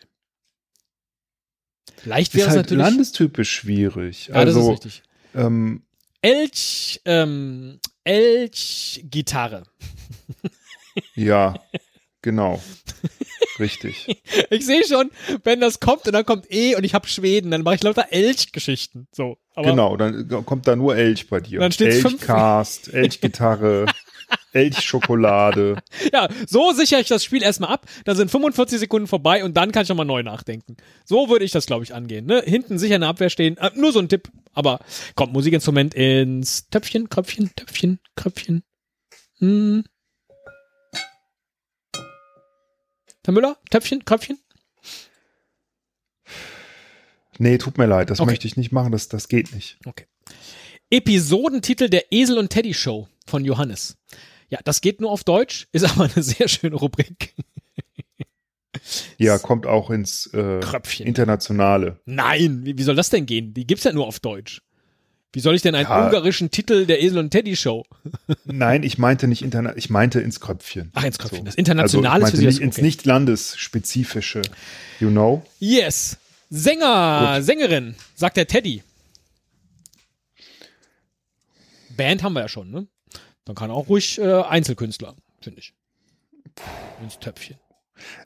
[SPEAKER 2] Leicht
[SPEAKER 3] Ist
[SPEAKER 2] wäre es
[SPEAKER 3] halt
[SPEAKER 2] natürlich.
[SPEAKER 3] landestypisch schwierig.
[SPEAKER 2] ja, das ist
[SPEAKER 3] also
[SPEAKER 2] richtig.
[SPEAKER 3] ähm,
[SPEAKER 2] Elch, ähm, Elch-Gitarre.
[SPEAKER 3] ja, genau, richtig.
[SPEAKER 2] Ich sehe schon, wenn das kommt und dann kommt E und ich habe Schweden, dann mache ich lauter Elch-Geschichten. So, aber
[SPEAKER 3] genau, dann kommt da nur Elch bei dir.
[SPEAKER 2] Dann steht's fünf-
[SPEAKER 3] Elchcast, Elchgitarre, Elchschokolade.
[SPEAKER 2] Ja, so sichere ich das Spiel erstmal ab, dann sind 45 Sekunden vorbei und dann kann ich nochmal neu nachdenken. So würde ich das, glaube ich, angehen. Ne? Hinten sicher eine Abwehr stehen. Äh, nur so ein Tipp, aber kommt Musikinstrument ins Töpfchen, Kröpfchen, Töpfchen, Kröpfchen. Hm. Herr Müller, Töpfchen, Kröpfchen?
[SPEAKER 3] Nee, tut mir leid, das
[SPEAKER 2] Okay.
[SPEAKER 3] möchte ich nicht machen, das, das geht nicht.
[SPEAKER 2] Episodentitel der Esel und Teddy Show von Johannes. Ja, das geht nur auf Deutsch, ist aber eine sehr schöne Rubrik.
[SPEAKER 3] Ja, kommt auch ins äh,
[SPEAKER 2] Kröpfchen.
[SPEAKER 3] Internationale.
[SPEAKER 2] Nein, wie, wie soll das denn gehen? Die gibt's ja nur auf Deutsch. Wie soll ich denn einen
[SPEAKER 3] Ja.
[SPEAKER 2] ungarischen Titel der Esel und Teddy Show?
[SPEAKER 3] Nein, ich meinte nicht interna ich meinte ins Kröpfchen.
[SPEAKER 2] Ach, ins Kröpfchen.
[SPEAKER 3] So.
[SPEAKER 2] Das Internationale
[SPEAKER 3] also ich
[SPEAKER 2] ist für Sie
[SPEAKER 3] meinte nicht,
[SPEAKER 2] das
[SPEAKER 3] ins
[SPEAKER 2] okay.
[SPEAKER 3] nicht landesspezifische. You know?
[SPEAKER 2] Yes. Sänger, Sängerin, sagt der Teddy. Band haben wir ja schon, ne? Dann kann auch ruhig äh, Einzelkünstler, finde ich. Ins Töpfchen.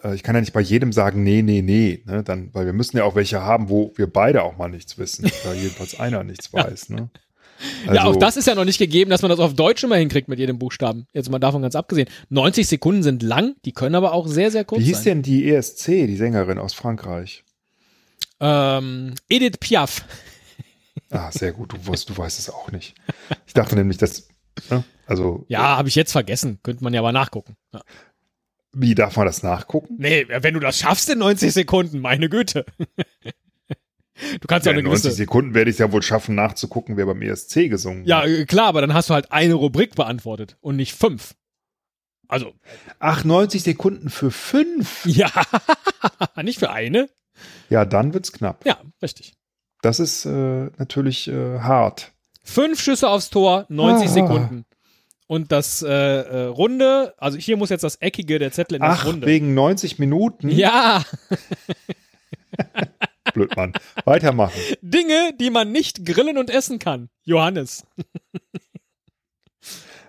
[SPEAKER 3] Äh, ich kann ja nicht bei jedem sagen, nee, nee, nee, ne? Dann, weil wir müssen ja auch welche haben, wo wir beide auch mal nichts wissen. Da jedenfalls einer nichts weiß, ne?
[SPEAKER 2] ja, auch
[SPEAKER 3] Also,
[SPEAKER 2] das ist ja noch nicht gegeben, dass man das auf Deutsch immer hinkriegt mit jedem Buchstaben. Jetzt mal davon ganz abgesehen. 90 Sekunden sind lang, die können aber auch sehr, sehr kurz
[SPEAKER 3] Wie hieß
[SPEAKER 2] sein.
[SPEAKER 3] denn die ESC, die Sängerin aus Frankreich?
[SPEAKER 2] Ähm, Edith Piaf.
[SPEAKER 3] Ah, sehr gut, du weißt, du weißt es auch nicht. Ich dachte nämlich, dass, ne? also,
[SPEAKER 2] Ja, habe ich jetzt vergessen. Könnte man ja mal nachgucken. Ja.
[SPEAKER 3] wie darf man das nachgucken?
[SPEAKER 2] Nee, wenn du das schaffst in 90 Sekunden, meine Güte. Du kannst ja
[SPEAKER 3] Ja,
[SPEAKER 2] auch eine
[SPEAKER 3] in 90
[SPEAKER 2] gewisse.
[SPEAKER 3] Sekunden werde ich es ja wohl schaffen, nachzugucken, wer beim ESC gesungen
[SPEAKER 2] Ja, äh, klar, aber dann hast du halt eine Rubrik beantwortet und nicht fünf. Also,
[SPEAKER 3] Ach, 90 Sekunden für fünf.
[SPEAKER 2] ja, nicht für eine.
[SPEAKER 3] Ja, dann wird's knapp.
[SPEAKER 2] Ja, richtig.
[SPEAKER 3] Das ist äh, natürlich äh, hart.
[SPEAKER 2] Fünf Schüsse aufs Tor, 90
[SPEAKER 3] Ah.
[SPEAKER 2] Sekunden. Und das äh, äh, Runde, also hier muss jetzt das Eckige der Zettel in das
[SPEAKER 3] Ach,
[SPEAKER 2] Runde.
[SPEAKER 3] wegen 90 Minuten?
[SPEAKER 2] Ja,
[SPEAKER 3] Blödmann. Weitermachen.
[SPEAKER 2] Dinge, die man nicht grillen und essen kann. Johannes.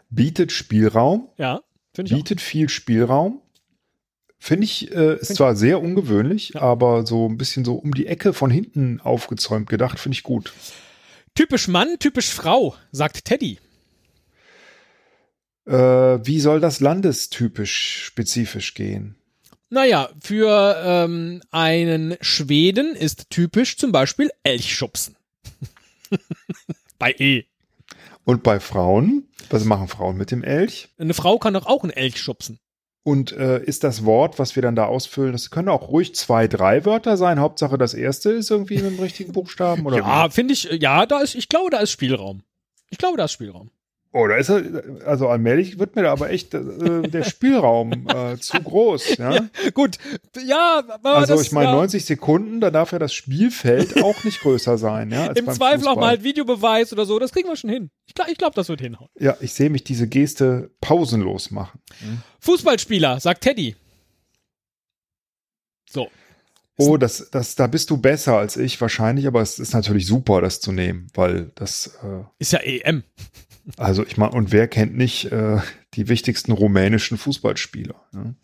[SPEAKER 3] Bietet Spielraum,
[SPEAKER 2] Ja, finde ich auch.
[SPEAKER 3] bietet viel Spielraum. Finde ich, äh, ist zwar sehr ungewöhnlich, aber so ein bisschen so um die Ecke von hinten aufgezäumt gedacht, finde ich gut.
[SPEAKER 2] Typisch Mann, typisch Frau, sagt Teddy.
[SPEAKER 3] Äh, wie soll das landestypisch spezifisch gehen?
[SPEAKER 2] Naja, für ähm, einen Schweden ist typisch zum Beispiel Elchschubsen. Bei E.
[SPEAKER 3] Und bei Frauen, was machen Frauen mit dem Elch?
[SPEAKER 2] Eine Frau kann doch auch einen Elch schubsen.
[SPEAKER 3] Und äh, ist das Wort, was wir dann da ausfüllen, das können auch ruhig zwei, drei Wörter sein. Hauptsache das erste ist irgendwie mit dem richtigen Buchstaben oder
[SPEAKER 2] Ja,
[SPEAKER 3] wie?
[SPEAKER 2] finde ich, ja, da ist, ich glaube, da ist Spielraum. Ich glaube, da ist Spielraum.
[SPEAKER 3] Oder Oh, ist er, also allmählich wird mir da aber echt äh, der Spielraum äh, zu groß. Ja?
[SPEAKER 2] Gut, ja, aber
[SPEAKER 3] also
[SPEAKER 2] das,
[SPEAKER 3] ich meine,
[SPEAKER 2] ja,
[SPEAKER 3] 90 Sekunden, da darf ja das Spielfeld auch nicht größer sein. Ja, als
[SPEAKER 2] im
[SPEAKER 3] beim
[SPEAKER 2] Zweifel auch
[SPEAKER 3] Fußball.
[SPEAKER 2] mal halt Videobeweis oder so, das kriegen wir schon hin. Ich glaube, ich glaub, das wird hinhauen.
[SPEAKER 3] Ja, ich sehe mich diese Geste pausenlos machen.
[SPEAKER 2] Fußballspieler, sagt Teddy. So.
[SPEAKER 3] Oh, das, das, da bist du besser als ich wahrscheinlich, aber es ist natürlich super, das zu nehmen, weil das... Äh,
[SPEAKER 2] Ist ja E EM.
[SPEAKER 3] Also ich meine, und wer kennt nicht äh, die wichtigsten rumänischen Fußballspieler? Ne?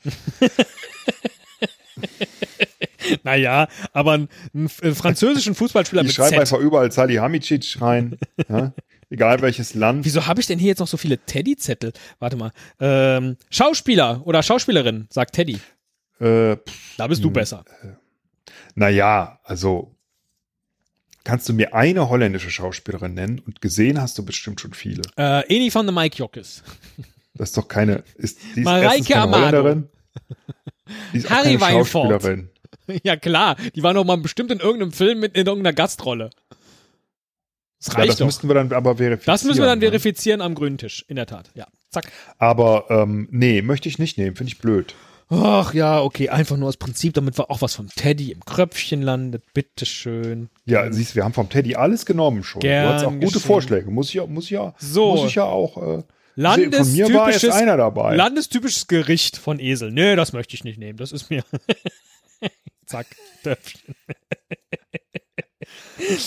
[SPEAKER 2] Naja, aber einen, einen äh, französischen Fußballspieler
[SPEAKER 3] Die
[SPEAKER 2] mit
[SPEAKER 3] schreiben
[SPEAKER 2] Z.
[SPEAKER 3] einfach überall Salihamidzic rein, ja? egal welches Land.
[SPEAKER 2] Wieso habe ich denn hier jetzt noch so viele Teddy-Zettel? Warte mal. Ähm, Schauspieler oder Schauspielerin, sagt Teddy.
[SPEAKER 3] Äh, pff,
[SPEAKER 2] Da bist du
[SPEAKER 3] Hm.
[SPEAKER 2] besser.
[SPEAKER 3] naja, also Kannst du mir eine holländische Schauspielerin nennen? Und gesehen hast du bestimmt schon viele.
[SPEAKER 2] Äh, Eni von der Mike Jockes.
[SPEAKER 3] Das ist doch keine. Ist, die ist
[SPEAKER 2] Mareike
[SPEAKER 3] erstens keine
[SPEAKER 2] Amado.
[SPEAKER 3] Holländerin. Die ist auch
[SPEAKER 2] Harry
[SPEAKER 3] keine
[SPEAKER 2] Weinfurt.
[SPEAKER 3] Schauspielerin.
[SPEAKER 2] ja, klar. Die war noch mal bestimmt in irgendeinem Film mit in irgendeiner Gastrolle. Das
[SPEAKER 3] Ja,
[SPEAKER 2] reicht
[SPEAKER 3] das
[SPEAKER 2] doch.
[SPEAKER 3] müssten wir dann aber verifizieren.
[SPEAKER 2] das müssen wir dann
[SPEAKER 3] ne?
[SPEAKER 2] verifizieren am grünen Tisch. In der Tat. Ja. Zack.
[SPEAKER 3] Aber ähm, nee, möchte ich nicht nehmen. Finde ich blöd.
[SPEAKER 2] Ach ja, okay. Einfach nur aus Prinzip, damit wir auch was vom Teddy im Kröpfchen landet. Bitteschön.
[SPEAKER 3] Ja, siehst du, wir haben vom Teddy alles genommen schon.
[SPEAKER 2] Hm. Gern
[SPEAKER 3] du hast auch gute
[SPEAKER 2] geschehen.
[SPEAKER 3] Vorschläge. Muss ich ja, muss ich ja,
[SPEAKER 2] So.
[SPEAKER 3] muss ich ja auch. Äh, sehen. von mir war jetzt
[SPEAKER 2] Landestypisches,
[SPEAKER 3] einer dabei.
[SPEAKER 2] landestypisches Gericht von Esel. Nee, das möchte ich nicht nehmen. Das ist mir. Zack. Töpfchen.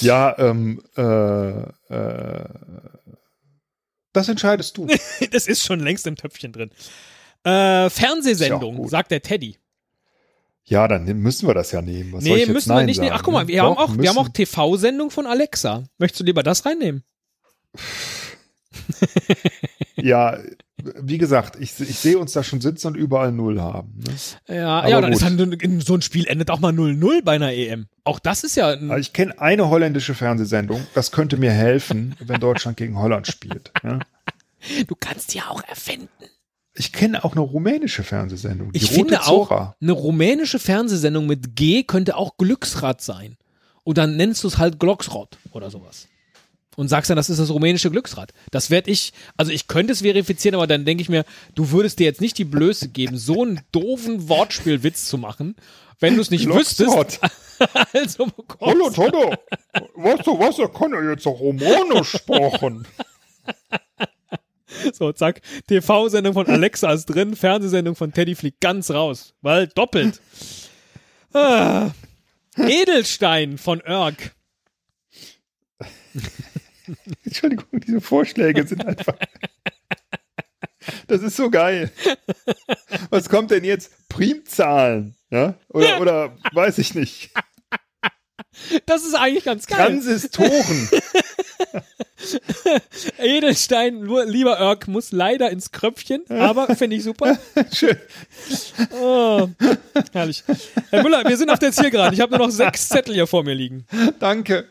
[SPEAKER 3] ja, ähm, äh, äh, das entscheidest du.
[SPEAKER 2] Das ist schon längst im Töpfchen drin. Äh,
[SPEAKER 3] Ist ja auch
[SPEAKER 2] Fernsehsendung,
[SPEAKER 3] gut.
[SPEAKER 2] sagt der Teddy.
[SPEAKER 3] ja, dann nehm- müssen wir das ja nehmen. Was soll ich
[SPEAKER 2] nee,
[SPEAKER 3] jetzt
[SPEAKER 2] müssen wir
[SPEAKER 3] Nein
[SPEAKER 2] nicht
[SPEAKER 3] sagen?
[SPEAKER 2] nehmen. Ach, guck mal, wir,
[SPEAKER 3] Doch,
[SPEAKER 2] haben, auch, wir
[SPEAKER 3] müssen-
[SPEAKER 2] haben auch TV-Sendung von Alexa. Möchtest du lieber das reinnehmen?
[SPEAKER 3] Ja, wie gesagt, ich, ich sehe uns da schon sitzen und überall Null haben. Ne?
[SPEAKER 2] Mhm. Ja,
[SPEAKER 3] Aber
[SPEAKER 2] ja dann
[SPEAKER 3] gut.
[SPEAKER 2] ist dann, so ein Spiel endet auch mal 0-0 bei einer EM. Auch das ist ja ein
[SPEAKER 3] Also ich kenne eine holländische Fernsehsendung, das könnte mir helfen, wenn Deutschland gegen Holland spielt. Ja?
[SPEAKER 2] Du kannst ja auch erfinden.
[SPEAKER 3] Ich kenne auch eine rumänische Fernsehsendung, die
[SPEAKER 2] Ich
[SPEAKER 3] Rote
[SPEAKER 2] finde auch,
[SPEAKER 3] Zora.
[SPEAKER 2] eine rumänische Fernsehsendung mit G könnte auch Glücksrad sein. Und dann nennst du es halt Glocksrad oder sowas. Und sagst dann, das ist das rumänische Glücksrad. Das werde ich, also ich könnte es verifizieren, aber dann denke ich mir, du würdest dir jetzt nicht die Blöße geben, so einen doofen Wortspielwitz zu machen, wenn du es nicht wüsstest.
[SPEAKER 3] Glücksrad.
[SPEAKER 2] also bekommst
[SPEAKER 3] Toto, weißt du was, er kann ja jetzt auch Romanisch sprechen.
[SPEAKER 2] So, zack. TV-Sendung von Alexa ist drin, Fernsehsendung von Teddy fliegt ganz raus, weil doppelt. Ah. Edelstein von Örg.
[SPEAKER 3] Entschuldigung, diese Vorschläge sind einfach... Das ist so geil. Was kommt denn jetzt? Primzahlen, ja? Oder, oder weiß ich nicht.
[SPEAKER 2] Das ist eigentlich ganz geil.
[SPEAKER 3] Transistoren.
[SPEAKER 2] Edelstein, nur lieber Örg, muss leider ins Kröpfchen, aber finde ich super.
[SPEAKER 3] Schön.
[SPEAKER 2] Oh, herrlich. Herr Müller, wir sind auf der Zielgeraden. Ich habe nur noch sechs Zettel hier vor mir liegen.
[SPEAKER 3] Danke.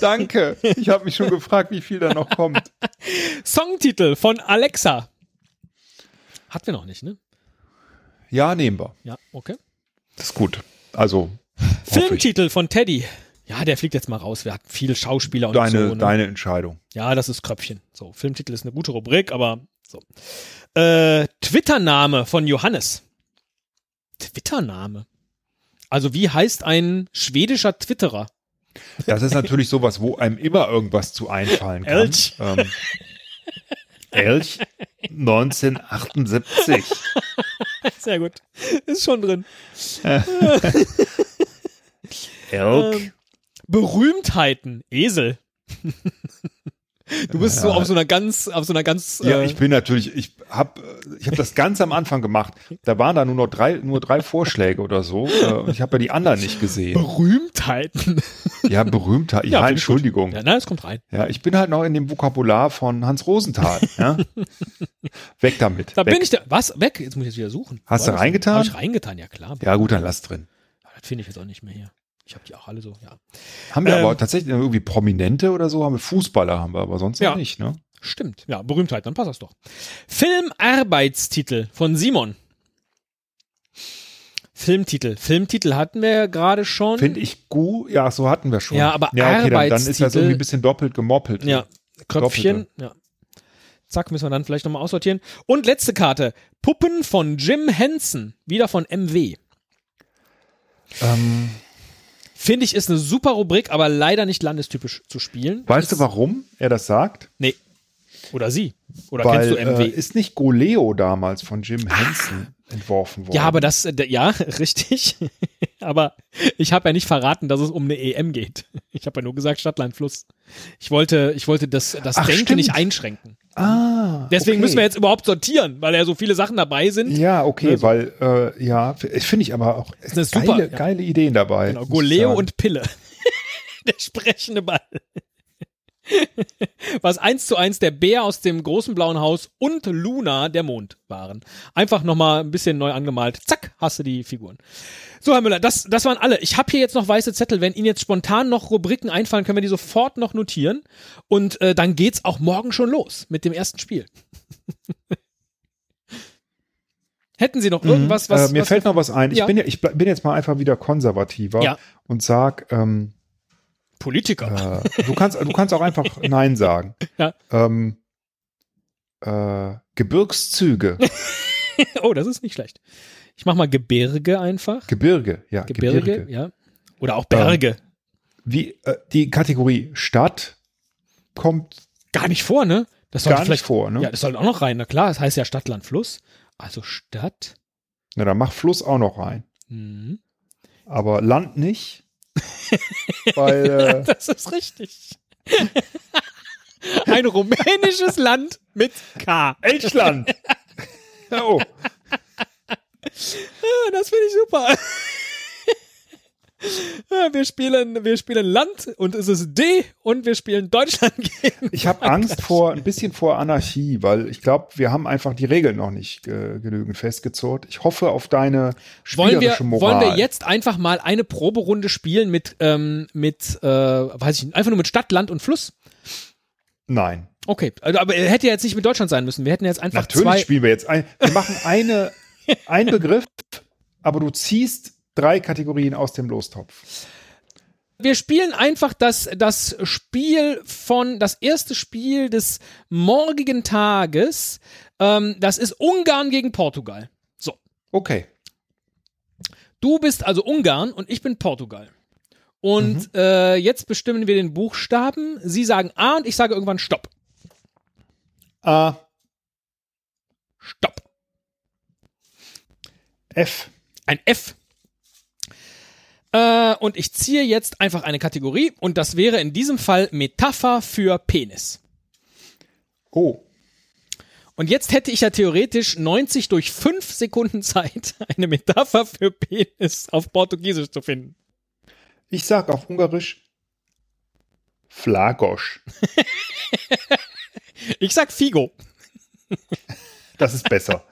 [SPEAKER 3] Danke. Ich habe mich schon gefragt, wie viel da noch kommt.
[SPEAKER 2] Songtitel von Alexa. Hatten wir noch nicht, ne?
[SPEAKER 3] Ja, nehmen wir.
[SPEAKER 2] Ja, okay.
[SPEAKER 3] Das ist gut. Also,
[SPEAKER 2] Filmtitel von Teddy. Ja, der fliegt jetzt mal raus. Wir hatten viele Schauspieler und
[SPEAKER 3] deine,
[SPEAKER 2] so. Ne?
[SPEAKER 3] deine Entscheidung.
[SPEAKER 2] Ja, das ist Kröpfchen. So, Filmtitel ist eine gute Rubrik, aber so. Äh, Twitter-Name von Johannes. Twitter-Name. Also, wie heißt ein schwedischer Twitterer?
[SPEAKER 3] Das ist natürlich sowas, wo einem immer irgendwas zu einfallen kann.
[SPEAKER 2] Elch.
[SPEAKER 3] Ähm, Elch 1978.
[SPEAKER 2] Sehr gut. Ist schon drin.
[SPEAKER 3] Elk.
[SPEAKER 2] Ähm, Berühmtheiten. Esel. Du bist so auf so einer ganz, auf so einer ganz.
[SPEAKER 3] ja,
[SPEAKER 2] äh,
[SPEAKER 3] ich bin natürlich, ich habe ich hab das ganz am Anfang gemacht. Da waren da nur noch drei, nur drei Vorschläge oder so. Äh, und ich habe ja die anderen nicht gesehen.
[SPEAKER 2] Berühmtheiten.
[SPEAKER 3] Ja, berühmter. Ja,
[SPEAKER 2] finde ich gut.
[SPEAKER 3] Entschuldigung.
[SPEAKER 2] Ja, nein, es kommt rein.
[SPEAKER 3] Ja, ich bin halt noch in dem Vokabular von Hans Rosenthal. Ja? Weg damit.
[SPEAKER 2] Da
[SPEAKER 3] Weg.
[SPEAKER 2] bin ich da. Was? Weg? Jetzt muss ich jetzt wieder suchen.
[SPEAKER 3] Hast du
[SPEAKER 2] das?
[SPEAKER 3] reingetan?
[SPEAKER 2] Hab ich reingetan, ja klar.
[SPEAKER 3] Ja, gut, dann lass drin.
[SPEAKER 2] Das finde ich jetzt auch nicht mehr hier. Ich habe die auch alle so, ja.
[SPEAKER 3] Haben wir
[SPEAKER 2] Ähm.
[SPEAKER 3] aber tatsächlich irgendwie Prominente oder so, haben wir Fußballer, haben wir aber sonst
[SPEAKER 2] Ja.
[SPEAKER 3] noch nicht, ne?
[SPEAKER 2] Stimmt. Ja, Berühmtheit, dann passt das doch. Filmarbeitstitel von Simon. Filmtitel. Filmtitel hatten wir ja gerade schon.
[SPEAKER 3] Finde ich gut. Ja, so hatten wir schon.
[SPEAKER 2] Ja, aber
[SPEAKER 3] ja, okay, dann, dann ist das
[SPEAKER 2] Arbeitstitel-
[SPEAKER 3] irgendwie ein bisschen doppelt gemoppelt.
[SPEAKER 2] ja, Köpfchen. Ja. Zack, müssen wir dann vielleicht nochmal aussortieren. Und letzte Karte. Puppen von Jim Henson. Wieder von MW.
[SPEAKER 3] Ähm,
[SPEAKER 2] Finde ich, ist eine super Rubrik, aber leider nicht landestypisch zu spielen.
[SPEAKER 3] weißt du, warum er das sagt?
[SPEAKER 2] Nee. Oder sie. Oder
[SPEAKER 3] Weil
[SPEAKER 2] kennst du MW?
[SPEAKER 3] äh, ist nicht Goleo damals von Jim Henson entworfen worden?
[SPEAKER 2] Ja, aber das, äh, d- ja, richtig. aber ich habe ja nicht verraten, dass es um eine EM geht. Ich habe ja nur gesagt Stadtland Fluss. Ich wollte, ich wollte das, das
[SPEAKER 3] Ach,
[SPEAKER 2] Denken
[SPEAKER 3] stimmt.
[SPEAKER 2] nicht einschränken.
[SPEAKER 3] ah,
[SPEAKER 2] Deswegen
[SPEAKER 3] okay.
[SPEAKER 2] müssen wir jetzt überhaupt sortieren, weil ja so viele Sachen dabei sind.
[SPEAKER 3] Ja, okay,
[SPEAKER 2] Also-
[SPEAKER 3] weil äh, ja, f- finde ich aber auch
[SPEAKER 2] eine
[SPEAKER 3] geile,
[SPEAKER 2] super- ja.
[SPEAKER 3] geile Ideen dabei.
[SPEAKER 2] Genau,
[SPEAKER 3] muss ich
[SPEAKER 2] Goleo
[SPEAKER 3] sagen.
[SPEAKER 2] und Pille. Der sprechende Ball. was eins zu eins der Bär aus dem großen blauen Haus und Luna, der Mond, waren. Einfach nochmal ein bisschen neu angemalt. Zack, hast du die Figuren. So, Herr Müller, das, das waren alle. Ich habe hier jetzt noch weiße Zettel. Wenn Ihnen jetzt spontan noch Rubriken einfallen, können wir die sofort noch notieren. Und äh, dann geht's auch morgen schon los mit dem ersten Spiel. Hätten Sie noch irgendwas, was.
[SPEAKER 3] äh, mir
[SPEAKER 2] was
[SPEAKER 3] fällt noch was ein.
[SPEAKER 2] Ja.
[SPEAKER 3] Ich, bin ja, ich ble- bin jetzt mal einfach wieder konservativer
[SPEAKER 2] Ja.
[SPEAKER 3] und sag, ähm,
[SPEAKER 2] Politiker.
[SPEAKER 3] äh, du, kannst, du kannst auch einfach Nein sagen.
[SPEAKER 2] Ja.
[SPEAKER 3] Ähm, äh, Gebirgszüge.
[SPEAKER 2] Oh, das ist nicht schlecht. Ich mach mal Gebirge einfach.
[SPEAKER 3] Gebirge, ja.
[SPEAKER 2] Gebirge, ja. Oder auch Berge.
[SPEAKER 3] Wie, äh, die Kategorie Stadt kommt
[SPEAKER 2] Gar nicht vor, ne? Das sollte
[SPEAKER 3] gar nicht
[SPEAKER 2] vielleicht
[SPEAKER 3] vor. Ne?
[SPEAKER 2] Ja, das sollte auch noch rein. Na klar, es heißt ja Stadt, Land, Fluss. Also Stadt.
[SPEAKER 3] Na, dann mach Fluss auch noch rein.
[SPEAKER 2] Mhm.
[SPEAKER 3] Aber Land nicht. weil, äh,
[SPEAKER 2] Das ist richtig. Ein rumänisches Land mit K.
[SPEAKER 3] Elchland. äh, oh,
[SPEAKER 2] Ah, Das finde ich super. Ah, Wir spielen, wir spielen Land und es ist D und wir spielen Deutschland gegen.
[SPEAKER 3] ich habe Angst vor, ein bisschen vor Anarchie, weil ich glaube, wir haben einfach die Regeln noch nicht äh, genügend festgezurrt. Ich hoffe auf deine
[SPEAKER 2] Wollen wir,
[SPEAKER 3] spielerische
[SPEAKER 2] wollen
[SPEAKER 3] Moral.
[SPEAKER 2] wir jetzt einfach mal eine Proberunde spielen mit, ähm, mit, äh, weiß ich nicht, einfach nur mit Stadt, Land und Fluss?
[SPEAKER 3] Nein.
[SPEAKER 2] Okay, also, aber er hätte ja jetzt nicht mit Deutschland sein müssen. Wir hätten jetzt einfach
[SPEAKER 3] Natürlich
[SPEAKER 2] zwei.
[SPEAKER 3] spielen wir jetzt ein. Wir machen eine, einen Begriff, aber du ziehst drei Kategorien aus dem Lostopf.
[SPEAKER 2] Wir spielen einfach das, das Spiel von, das erste Spiel des morgigen Tages. Ähm, das ist Ungarn gegen Portugal. So.
[SPEAKER 3] Okay.
[SPEAKER 2] Du bist also Ungarn und ich bin Portugal.
[SPEAKER 3] Mhm.
[SPEAKER 2] Und äh, jetzt bestimmen wir den Buchstaben. Sie sagen A und ich sage irgendwann Stopp.
[SPEAKER 3] A,
[SPEAKER 2] Stopp.
[SPEAKER 3] F.
[SPEAKER 2] Ein F. Äh, und ich ziehe jetzt einfach eine Kategorie und das wäre in diesem Fall Metapher für Penis.
[SPEAKER 3] O.
[SPEAKER 2] Und jetzt hätte ich ja theoretisch 90 durch 5 Sekunden Zeit, eine Metapher für Penis auf Portugiesisch zu finden.
[SPEAKER 3] Ich sag auf Ungarisch Flagos.
[SPEAKER 2] Ich sag Figo.
[SPEAKER 3] Das ist besser.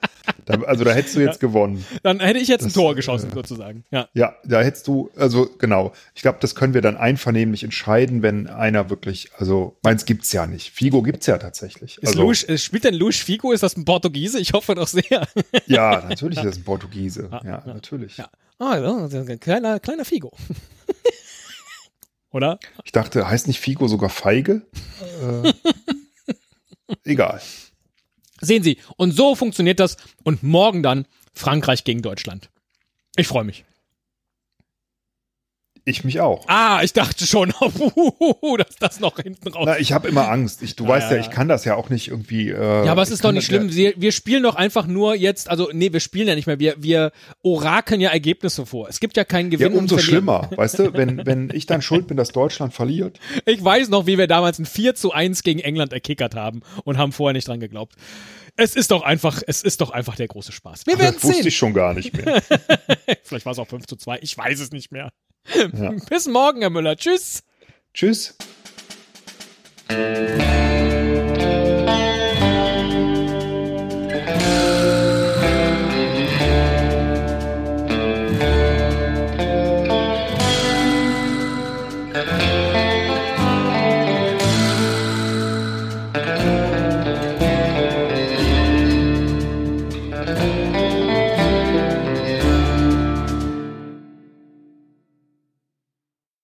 [SPEAKER 3] Da, also da hättest du jetzt gewonnen.
[SPEAKER 2] Dann hätte ich jetzt ein
[SPEAKER 3] Das, äh,
[SPEAKER 2] Tor geschossen, sozusagen. Ja.
[SPEAKER 3] Ja, da hättest du, also genau. Ich glaube, das können wir dann einvernehmlich entscheiden, wenn einer wirklich, also meins gibt's ja nicht. Figo gibt's ja tatsächlich.
[SPEAKER 2] Ist
[SPEAKER 3] Also,
[SPEAKER 2] Luis, äh, spielt denn Luis Figo? Ist das ein Portugiese? Ich hoffe doch sehr.
[SPEAKER 3] Ja, natürlich ist das ein Portugiese. Ja, natürlich.
[SPEAKER 2] Ja. Ah, ja, das ist ein kleiner, kleiner Figo. Oder?
[SPEAKER 3] Ich dachte, heißt nicht Figo sogar Feige? äh, egal.
[SPEAKER 2] Sehen Sie, und so funktioniert das. Und morgen dann Frankreich gegen Deutschland. Ich freue mich.
[SPEAKER 3] Ich mich auch.
[SPEAKER 2] Ah, ich dachte schon, dass das noch hinten raus
[SPEAKER 3] Na, ich habe immer Angst. Ich, du
[SPEAKER 2] Ja,
[SPEAKER 3] weißt ja,
[SPEAKER 2] ja,
[SPEAKER 3] ich kann das ja auch nicht irgendwie. Äh,
[SPEAKER 2] Ja, aber es
[SPEAKER 3] ich
[SPEAKER 2] ist
[SPEAKER 3] kann
[SPEAKER 2] doch nicht
[SPEAKER 3] das ja-
[SPEAKER 2] schlimm. Wir, wir spielen doch einfach nur jetzt, also nee, wir spielen ja nicht mehr. Wir, wir orakeln ja Ergebnisse vor. Es gibt ja keinen
[SPEAKER 3] Ja,
[SPEAKER 2] Gewinn. und
[SPEAKER 3] umso
[SPEAKER 2] Verlieren.
[SPEAKER 3] schlimmer, weißt du, wenn, wenn ich dann schuld bin, dass Deutschland verliert.
[SPEAKER 2] Ich weiß noch, wie wir damals ein 4 zu 1 gegen England erkickert haben und haben vorher nicht dran geglaubt. Es ist doch einfach, es ist doch einfach der große Spaß. Wir werden
[SPEAKER 3] Das wusste
[SPEAKER 2] sehen.
[SPEAKER 3] ich schon gar nicht mehr.
[SPEAKER 2] Vielleicht war es auch 5 zu 2. Ich weiß es nicht mehr.
[SPEAKER 3] Ja.
[SPEAKER 2] Bis morgen, Herr Müller. Tschüss.
[SPEAKER 3] Tschüss.